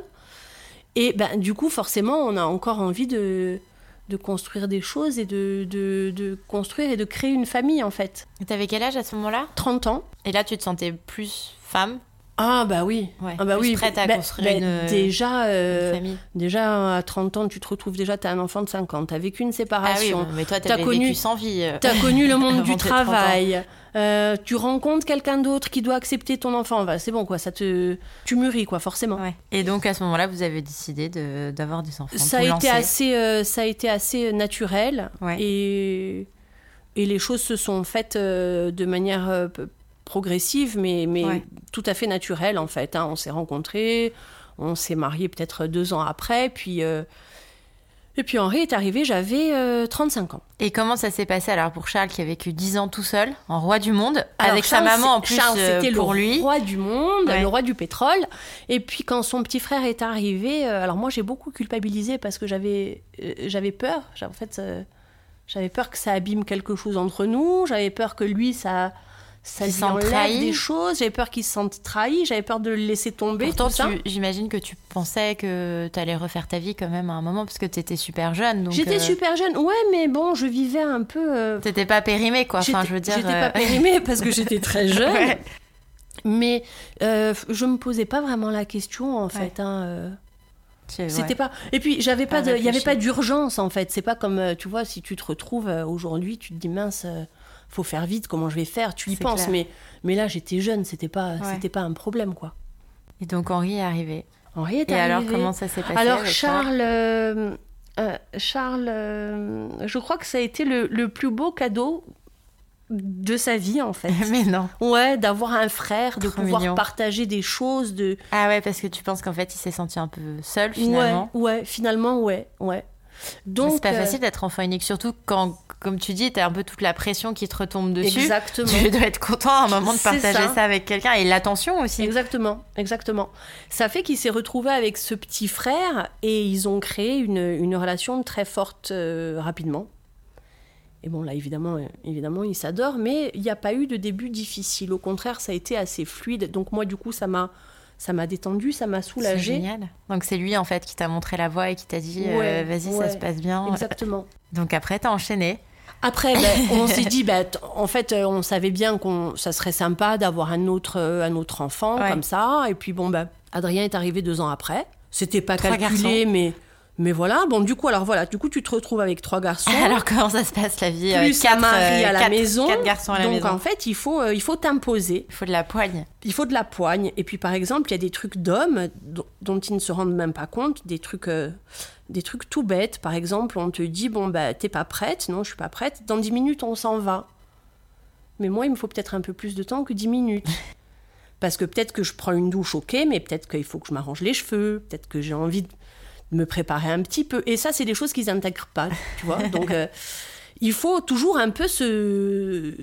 [SPEAKER 2] et ben, du coup forcément on a encore envie de, de construire des choses et de, de, de construire et de créer une famille en fait.
[SPEAKER 1] T'avais quel âge à ce moment-là
[SPEAKER 2] 30 ans,
[SPEAKER 1] Et là, tu te sentais plus femme
[SPEAKER 2] Ah bah oui.
[SPEAKER 1] Ouais,
[SPEAKER 2] Ah bah
[SPEAKER 1] plus
[SPEAKER 2] oui.
[SPEAKER 1] prête à
[SPEAKER 2] Bah-
[SPEAKER 1] construire
[SPEAKER 2] bah,
[SPEAKER 1] une- euh,
[SPEAKER 2] déjà euh,
[SPEAKER 1] Une famille.
[SPEAKER 2] déjà à 30 ans, tu te retrouves déjà t'as un enfant de 50, t'as vécu
[SPEAKER 1] Ah
[SPEAKER 2] une
[SPEAKER 1] oui,
[SPEAKER 2] séparation.
[SPEAKER 1] bon, mais toi,
[SPEAKER 2] T'as
[SPEAKER 1] t'avais
[SPEAKER 2] connu-
[SPEAKER 1] vécu sans vie. euh.
[SPEAKER 2] T'as connu le monde
[SPEAKER 1] Avant
[SPEAKER 2] du
[SPEAKER 1] tes 30 ans.
[SPEAKER 2] travail. Euh, tu rencontres quelqu'un d'autre qui doit accepter ton enfant. Bah, c'est bon, quoi. Ça te, tu mûris, quoi, forcément.
[SPEAKER 1] Ouais. Et donc, à ce moment-là, vous avez décidé de- d'avoir des enfants.
[SPEAKER 2] Ça
[SPEAKER 1] de
[SPEAKER 2] a,
[SPEAKER 1] vous
[SPEAKER 2] été
[SPEAKER 1] lancer.
[SPEAKER 2] assez, euh, ça a été assez naturel.
[SPEAKER 1] Ouais.
[SPEAKER 2] Et, et les choses se sont faites euh, de manière euh, p- progressive, mais, mais
[SPEAKER 1] Ouais.
[SPEAKER 2] tout à fait naturelle, en fait. hein. On s'est rencontrés, on s'est mariés peut-être deux ans après. Puis, euh, Et puis Henri est arrivé, j'avais euh, 35 ans.
[SPEAKER 1] Et comment ça s'est passé alors pour Charles qui a vécu 10 ans tout seul, en roi du monde, avec
[SPEAKER 2] Alors,
[SPEAKER 1] sa
[SPEAKER 2] Charles,
[SPEAKER 1] maman en
[SPEAKER 2] c'est-
[SPEAKER 1] plus
[SPEAKER 2] Charles,
[SPEAKER 1] euh,
[SPEAKER 2] c'était le
[SPEAKER 1] pour lui
[SPEAKER 2] roi du monde,
[SPEAKER 1] Ouais.
[SPEAKER 2] le roi du pétrole. Et puis quand son petit frère est arrivé, euh, alors moi j'ai beaucoup culpabilisé parce que j'avais euh, j'avais peur. J'a- En fait, euh, j'avais peur que ça abîme quelque chose entre nous. J'avais peur que lui ça
[SPEAKER 1] Qu'il
[SPEAKER 2] ça lui
[SPEAKER 1] se sente
[SPEAKER 2] enlève
[SPEAKER 1] trahi.
[SPEAKER 2] des choses. J'avais peur qu'il se sente trahi. J'avais peur de le laisser tomber.
[SPEAKER 1] Pourtant,
[SPEAKER 2] tout ça.
[SPEAKER 1] tu- j'imagine que tu pensais que tu allais refaire ta vie quand même à un moment parce que tu étais super jeune. donc,
[SPEAKER 2] J'étais
[SPEAKER 1] euh,
[SPEAKER 2] super jeune. Ouais, mais bon, je vivais un peu. euh,
[SPEAKER 1] T'étais pas périmée quoi. Enfin,
[SPEAKER 2] J'étais-
[SPEAKER 1] je veux dire.
[SPEAKER 2] J'étais
[SPEAKER 1] euh,
[SPEAKER 2] pas périmée parce que j'étais très jeune.
[SPEAKER 1] Ouais.
[SPEAKER 2] Mais euh, je me posais pas vraiment la question en
[SPEAKER 1] Ouais.
[SPEAKER 2] fait. hein, euh.
[SPEAKER 1] tu- ouais.
[SPEAKER 2] C'était pas. Et puis j'avais
[SPEAKER 1] Pas
[SPEAKER 2] pas, de, il y avait
[SPEAKER 1] réfléchi.
[SPEAKER 2] pas d'urgence en fait. C'est pas comme euh, tu vois si tu te retrouves euh, aujourd'hui, tu te dis mince, euh, faut faire vite. Comment je vais faire Tu y
[SPEAKER 1] C'est
[SPEAKER 2] penses.
[SPEAKER 1] clair.
[SPEAKER 2] Mais mais là j'étais jeune, c'était pas
[SPEAKER 1] Ouais.
[SPEAKER 2] c'était pas un problème quoi.
[SPEAKER 1] Et donc Henri est arrivé.
[SPEAKER 2] Henri est
[SPEAKER 1] Et
[SPEAKER 2] arrivé.
[SPEAKER 1] alors comment ça s'est passé
[SPEAKER 2] Alors
[SPEAKER 1] avec
[SPEAKER 2] Charles, euh, euh, Charles, euh, je crois que ça a été le, le plus beau cadeau de sa vie en fait.
[SPEAKER 1] Mais non.
[SPEAKER 2] Ouais, d'avoir un frère, de
[SPEAKER 1] Trop
[SPEAKER 2] pouvoir
[SPEAKER 1] mignon.
[SPEAKER 2] partager des choses, de
[SPEAKER 1] Ah ouais, parce que tu penses qu'en fait il s'est senti un peu seul finalement.
[SPEAKER 2] ouais, ouais, finalement ouais, ouais.
[SPEAKER 1] Mais
[SPEAKER 2] Donc
[SPEAKER 1] C'est pas
[SPEAKER 2] euh,
[SPEAKER 1] facile d'être enfant unique, surtout quand, comme tu dis, t'as un peu toute la pression qui te retombe dessus.
[SPEAKER 2] Exactement.
[SPEAKER 1] Tu dois être content à un moment de
[SPEAKER 2] C'est
[SPEAKER 1] partager ça.
[SPEAKER 2] ça.
[SPEAKER 1] avec quelqu'un et l'attention aussi.
[SPEAKER 2] Exactement, exactement. Ça fait qu'il s'est retrouvé avec ce petit frère et ils ont créé une, une relation très forte euh, rapidement. Et bon, là, évidemment, euh, évidemment ils s'adorent, mais il n'y a pas eu de début difficile. Au contraire, ça a été assez fluide. Donc, moi, du coup, ça m'a ça m'a détendu, ça m'a
[SPEAKER 1] C'est
[SPEAKER 2] soulagé.
[SPEAKER 1] génial. Donc c'est lui en fait qui t'a montré la voie et qui t'a dit euh,
[SPEAKER 2] Ouais,
[SPEAKER 1] vas-y
[SPEAKER 2] ouais.
[SPEAKER 1] ça se passe bien.
[SPEAKER 2] Exactement.
[SPEAKER 1] Donc après t'as enchaîné.
[SPEAKER 2] Après, ben, on s'est dit, ben, t- en fait, euh, on savait bien qu'on, ça serait sympa d'avoir un autre, euh, un autre enfant
[SPEAKER 1] Ouais.
[SPEAKER 2] comme ça. Et puis bon, ben, Adrien est arrivé deux ans après. C'était pas
[SPEAKER 1] Trois
[SPEAKER 2] calculé, mais mais voilà. Bon, du coup, alors voilà, du coup, tu te retrouves avec trois garçons.
[SPEAKER 1] Alors comment ça se passe la vie euh,
[SPEAKER 2] Plus
[SPEAKER 1] quatre,
[SPEAKER 2] un mari
[SPEAKER 1] euh,
[SPEAKER 2] à la
[SPEAKER 1] quatre-
[SPEAKER 2] maison.
[SPEAKER 1] quatre garçons à la
[SPEAKER 2] Donc
[SPEAKER 1] maison.
[SPEAKER 2] en fait, il faut, euh, il faut t'imposer.
[SPEAKER 1] Il faut de la poigne.
[SPEAKER 2] Il faut de la poigne. Et puis par exemple, il y a des trucs d'hommes dont, dont ils ne se rendent même pas compte, des trucs, euh, des trucs tout bêtes. Par exemple, on te dit bon bah t'es pas prête, non je suis pas prête. Dans 10 minutes on s'en va. Mais moi il me faut peut-être un peu plus de temps que 10 minutes. Parce que peut-être que je prends une douche, ok, mais peut-être qu'il faut que je m'arrange les cheveux, peut-être que j'ai envie de me préparer un petit peu. Et ça, c'est des choses qu'ils n'intègrent pas, tu vois. Donc, euh, il faut toujours un peu se,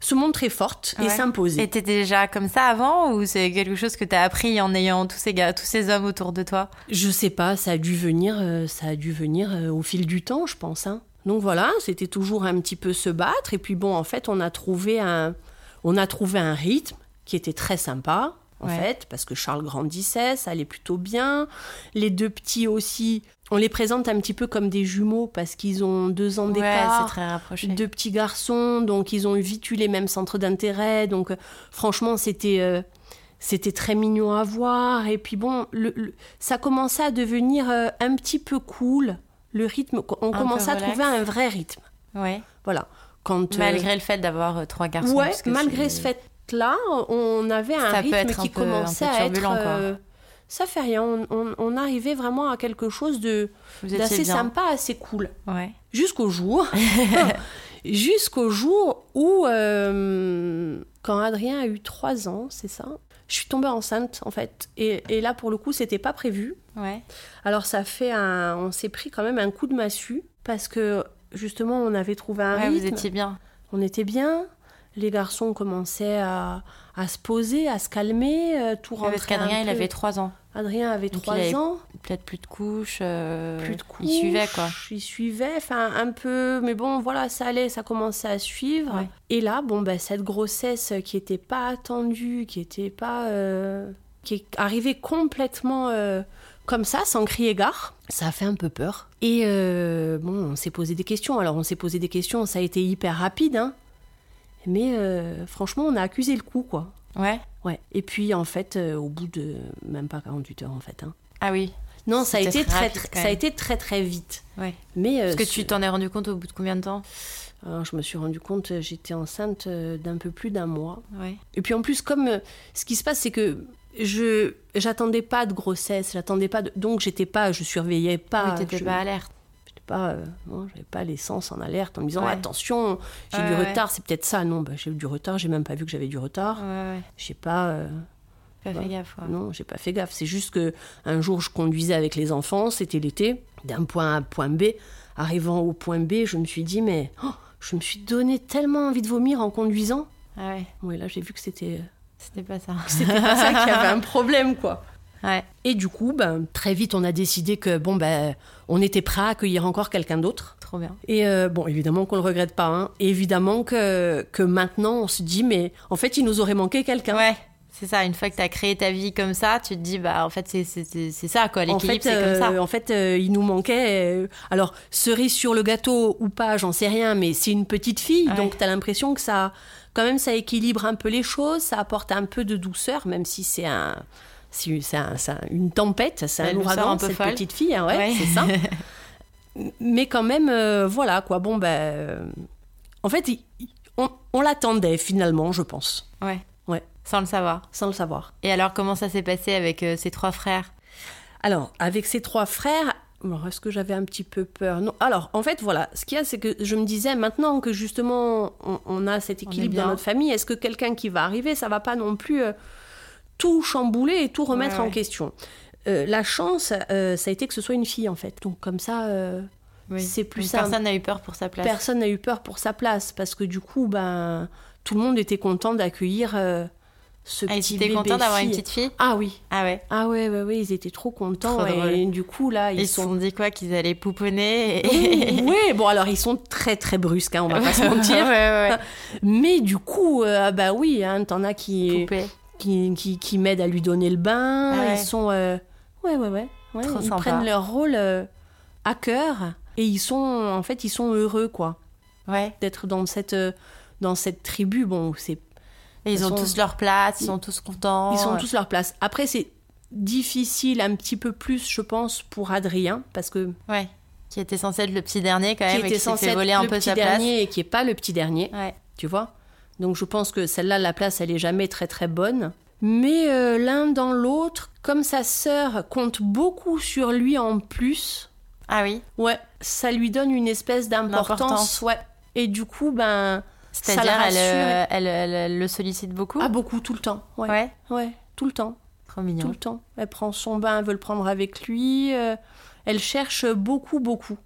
[SPEAKER 2] se montrer forte
[SPEAKER 1] Ouais.
[SPEAKER 2] et s'imposer.
[SPEAKER 1] Et t'étais déjà comme ça avant ou c'est quelque chose que t'as appris en ayant tous ces gars, tous ces hommes autour de toi
[SPEAKER 2] Je sais pas, ça a dû venir, euh, ça a dû venir euh, au fil du temps, je pense. hein. Donc voilà, c'était toujours un petit peu se battre. Et puis bon, en fait, on a trouvé un, on a trouvé un rythme qui était très sympa, en
[SPEAKER 1] Ouais.
[SPEAKER 2] fait, parce que Charles grandissait, ça allait plutôt bien. Les deux petits aussi, on les présente un petit peu comme des jumeaux parce qu'ils ont deux ans
[SPEAKER 1] Ouais,
[SPEAKER 2] d'écart.
[SPEAKER 1] c'est très rapproché.
[SPEAKER 2] Deux petits garçons, donc ils ont vite eu les mêmes centres d'intérêt. Donc euh, franchement, c'était euh, c'était très mignon à voir. Et puis bon, le- le- ça commençait à devenir euh, un petit peu cool. Le rythme, on
[SPEAKER 1] peu
[SPEAKER 2] commençait à
[SPEAKER 1] relax.
[SPEAKER 2] trouver un vrai rythme.
[SPEAKER 1] Ouais.
[SPEAKER 2] Voilà. Quand, euh,
[SPEAKER 1] Malgré le fait d'avoir euh, trois garçons.
[SPEAKER 2] ouais,
[SPEAKER 1] parce que
[SPEAKER 2] malgré
[SPEAKER 1] c'est-
[SPEAKER 2] ce fait-là, on avait un
[SPEAKER 1] Ça peut
[SPEAKER 2] rythme
[SPEAKER 1] être un
[SPEAKER 2] qui
[SPEAKER 1] peu- un peu
[SPEAKER 2] commençait à être.
[SPEAKER 1] turbulent, quoi.
[SPEAKER 2] euh, ça fait rien. On, on- on arrivait vraiment à quelque chose de
[SPEAKER 1] vous étiez
[SPEAKER 2] d'assez
[SPEAKER 1] bien.
[SPEAKER 2] sympa, assez cool
[SPEAKER 1] Ouais.
[SPEAKER 2] jusqu'au jour jusqu'au jour où euh, quand Adrien a eu 3 ans c'est ça je suis tombée enceinte en fait et, et là pour le coup c'était pas prévu
[SPEAKER 1] Ouais.
[SPEAKER 2] alors ça fait un on s'est pris quand même un coup de massue parce que justement on avait trouvé un
[SPEAKER 1] Ouais, vous
[SPEAKER 2] rythme
[SPEAKER 1] étiez bien.
[SPEAKER 2] on était bien les garçons commençaient à, à se poser à se calmer euh, tout rentrer
[SPEAKER 1] Parce qu'Adrien,
[SPEAKER 2] un
[SPEAKER 1] il
[SPEAKER 2] peu.
[SPEAKER 1] avait trois ans.
[SPEAKER 2] Adrien avait
[SPEAKER 1] Donc, il
[SPEAKER 2] 3
[SPEAKER 1] avait
[SPEAKER 2] ans
[SPEAKER 1] Peut-être plus de couches. euh,
[SPEAKER 2] plus de
[SPEAKER 1] Il suivait, quoi.
[SPEAKER 2] couches, Il suivait, enfin un peu, mais bon, voilà, ça allait, ça commençait à suivre.
[SPEAKER 1] Ouais.
[SPEAKER 2] Et là, bon, ben, cette grossesse qui n'était pas attendue, qui était pas, euh, qui est arrivée complètement euh, comme ça, sans crier gare, ça a fait un peu peur. Et euh, bon, on s'est posé des questions. Alors, on s'est posé des questions, ça a été hyper rapide, hein. Mais euh, franchement, on a accusé le coup, quoi.
[SPEAKER 1] Ouais.
[SPEAKER 2] Ouais. Et puis en fait, euh, au bout de même pas 48 heures en fait. hein.
[SPEAKER 1] Ah oui.
[SPEAKER 2] Non, ça a,
[SPEAKER 1] C'était
[SPEAKER 2] été très,
[SPEAKER 1] rapide,
[SPEAKER 2] très-
[SPEAKER 1] quand
[SPEAKER 2] ça a
[SPEAKER 1] même.
[SPEAKER 2] été très très vite.
[SPEAKER 1] Ouais.
[SPEAKER 2] Mais euh,
[SPEAKER 1] Parce que
[SPEAKER 2] ce-
[SPEAKER 1] tu t'en es rendu compte au bout de combien de temps
[SPEAKER 2] alors, je me suis rendu compte, euh, j'étais enceinte euh, d'un peu plus d'un mois.
[SPEAKER 1] Ouais.
[SPEAKER 2] Et puis en plus, comme euh, ce qui se passe, c'est que je j'attendais pas de grossesse, j'attendais pas, de... donc j'étais pas, je surveillais pas,
[SPEAKER 1] oui, t'étais
[SPEAKER 2] Ah, je-
[SPEAKER 1] pas alerte.
[SPEAKER 2] j'étais pas, euh, non, j'avais pas l'essence en alerte en me disant
[SPEAKER 1] Ouais.
[SPEAKER 2] attention, j'ai
[SPEAKER 1] Ouais,
[SPEAKER 2] du
[SPEAKER 1] ouais.
[SPEAKER 2] retard, c'est peut-être ça. Non, bah, j'ai eu du retard, j'ai même pas vu que j'avais du retard.
[SPEAKER 1] Ouais, ouais.
[SPEAKER 2] J'ai pas. euh,
[SPEAKER 1] Pas
[SPEAKER 2] Ouais.
[SPEAKER 1] fait gaffe. ouais.
[SPEAKER 2] Non, j'ai pas fait gaffe. C'est juste que un jour, je conduisais avec les enfants, c'était l'été, d'un point A à point B. Arrivant au point B, je me suis dit, mais oh, je me suis donné tellement envie de vomir en conduisant.
[SPEAKER 1] Ah ouais.
[SPEAKER 2] Oui, là, j'ai vu que c'était
[SPEAKER 1] C'était pas ça.
[SPEAKER 2] c'était pas ça qui avait un problème, quoi.
[SPEAKER 1] Ouais.
[SPEAKER 2] Et du coup, ben, très vite, on a décidé que bon, ben, on était prêt à accueillir encore quelqu'un d'autre.
[SPEAKER 1] Trop bien.
[SPEAKER 2] Et euh, bon, évidemment qu'on le regrette pas. hein. Et évidemment que, que maintenant, on se dit, mais en fait, il nous aurait manqué quelqu'un.
[SPEAKER 1] Ouais. C'est ça, une fois que t'as créé ta vie comme ça, tu te dis, bah en fait, c'est- c'est c'est- c'est ça, quoi.
[SPEAKER 2] En
[SPEAKER 1] L'équilibre,
[SPEAKER 2] fait,
[SPEAKER 1] c'est comme ça.
[SPEAKER 2] euh, en fait euh, il nous manquait. euh, alors, cerise sur le gâteau ou pas, j'en sais rien, mais c'est une petite fille,
[SPEAKER 1] Ouais.
[SPEAKER 2] donc t'as l'impression que ça, quand même, ça équilibre un peu les choses, ça apporte un peu de douceur, même si c'est un, si c'est un- c'est un- une tempête, c'est
[SPEAKER 1] La
[SPEAKER 2] un
[SPEAKER 1] douceur
[SPEAKER 2] ouragan,
[SPEAKER 1] un peu
[SPEAKER 2] cette
[SPEAKER 1] folle.
[SPEAKER 2] petite fille, hein, ouais,
[SPEAKER 1] Ouais.
[SPEAKER 2] c'est ça. mais quand même, euh, voilà quoi. Bon ben, euh, en fait, il- il- on, on l'attendait finalement, je pense,
[SPEAKER 1] Ouais.
[SPEAKER 2] euh, Ouais.
[SPEAKER 1] Sans le savoir.
[SPEAKER 2] sans le savoir.
[SPEAKER 1] Et alors, comment ça s'est passé avec euh, ces trois frères
[SPEAKER 2] Alors, avec ses trois frères, alors, est-ce que j'avais un petit peu peur Non. Alors, en fait, voilà, ce qu'il y a, c'est que je me disais, maintenant que justement, on, on a cet équilibre
[SPEAKER 1] bien.
[SPEAKER 2] dans notre famille, est-ce que quelqu'un qui va arriver, ça va pas non plus euh, tout chambouler et tout remettre
[SPEAKER 1] Ouais, ouais.
[SPEAKER 2] en question Euh, la chance, euh, ça a été que ce soit une fille en fait. Donc comme ça, euh, C'est plus
[SPEAKER 1] Donc,
[SPEAKER 2] simple.
[SPEAKER 1] Personne n'a eu peur pour sa place.
[SPEAKER 2] personne n'a eu peur pour sa place parce que du coup, ben, tout le monde était content d'accueillir euh, ce
[SPEAKER 1] Ah, ils
[SPEAKER 2] petit
[SPEAKER 1] étaient
[SPEAKER 2] bébé
[SPEAKER 1] contents d'avoir une
[SPEAKER 2] fille.
[SPEAKER 1] petite fille
[SPEAKER 2] Ah oui,
[SPEAKER 1] Ah ouais.
[SPEAKER 2] ah ouais, ouais, ouais, ils étaient trop contents
[SPEAKER 1] Trop
[SPEAKER 2] et du coup là,
[SPEAKER 1] Ils,
[SPEAKER 2] ils,
[SPEAKER 1] se
[SPEAKER 2] sont
[SPEAKER 1] sont dit quoi Qu'ils allaient pouponner et...
[SPEAKER 2] oui, bon alors ils sont très très brusques, hein, on va pas se
[SPEAKER 1] ouais,
[SPEAKER 2] mentir.
[SPEAKER 1] ouais,
[SPEAKER 2] Mais du coup, euh, bah oui, hein, t'en as
[SPEAKER 1] ouais.
[SPEAKER 2] qui,
[SPEAKER 1] Poupée.
[SPEAKER 2] qui, qui, qui m'aident à lui donner le bain.
[SPEAKER 1] Ah ouais.
[SPEAKER 2] Ils sont, euh, ouais ouais ouais, ouais,
[SPEAKER 1] Trop
[SPEAKER 2] ils
[SPEAKER 1] sympa.
[SPEAKER 2] prennent leur rôle euh, à cœur et ils sont, en fait, ils sont heureux quoi,
[SPEAKER 1] Ouais.
[SPEAKER 2] d'être dans cette euh, dans cette tribu. Bon, c'est,
[SPEAKER 1] Et ils
[SPEAKER 2] Ils
[SPEAKER 1] ont
[SPEAKER 2] sont-
[SPEAKER 1] tous leur place, ils sont tous contents.
[SPEAKER 2] ils sont tous leur place. Après, c'est difficile un petit peu plus, je pense, pour Adrien parce que
[SPEAKER 1] Ouais. Qui était censé être le petit dernier quand même.
[SPEAKER 2] qui
[SPEAKER 1] et
[SPEAKER 2] était
[SPEAKER 1] s'est
[SPEAKER 2] censé
[SPEAKER 1] fait
[SPEAKER 2] être
[SPEAKER 1] voler un
[SPEAKER 2] le
[SPEAKER 1] peu
[SPEAKER 2] petit
[SPEAKER 1] sa
[SPEAKER 2] dernier et qui est pas le petit dernier.
[SPEAKER 1] place. Ouais.
[SPEAKER 2] tu vois. Donc je pense que celle-là, la place, elle est jamais très très bonne. Mais euh, l'un dans l'autre, comme sa sœur compte beaucoup sur lui en plus,
[SPEAKER 1] Ah oui.
[SPEAKER 2] ouais, ça lui donne une espèce
[SPEAKER 1] D'importance.
[SPEAKER 2] d'importance, ouais. Et du coup, ben, ça
[SPEAKER 1] C'est-à-dire,
[SPEAKER 2] la
[SPEAKER 1] elle,
[SPEAKER 2] rassure.
[SPEAKER 1] euh, elle, elle- elle le sollicite beaucoup.
[SPEAKER 2] ah beaucoup tout le temps, ouais, ouais,
[SPEAKER 1] ouais.
[SPEAKER 2] tout le temps,
[SPEAKER 1] Trop
[SPEAKER 2] tout
[SPEAKER 1] mignon.
[SPEAKER 2] le temps. Elle prend son bain, elle veut le prendre avec lui. euh, elle cherche beaucoup beaucoup.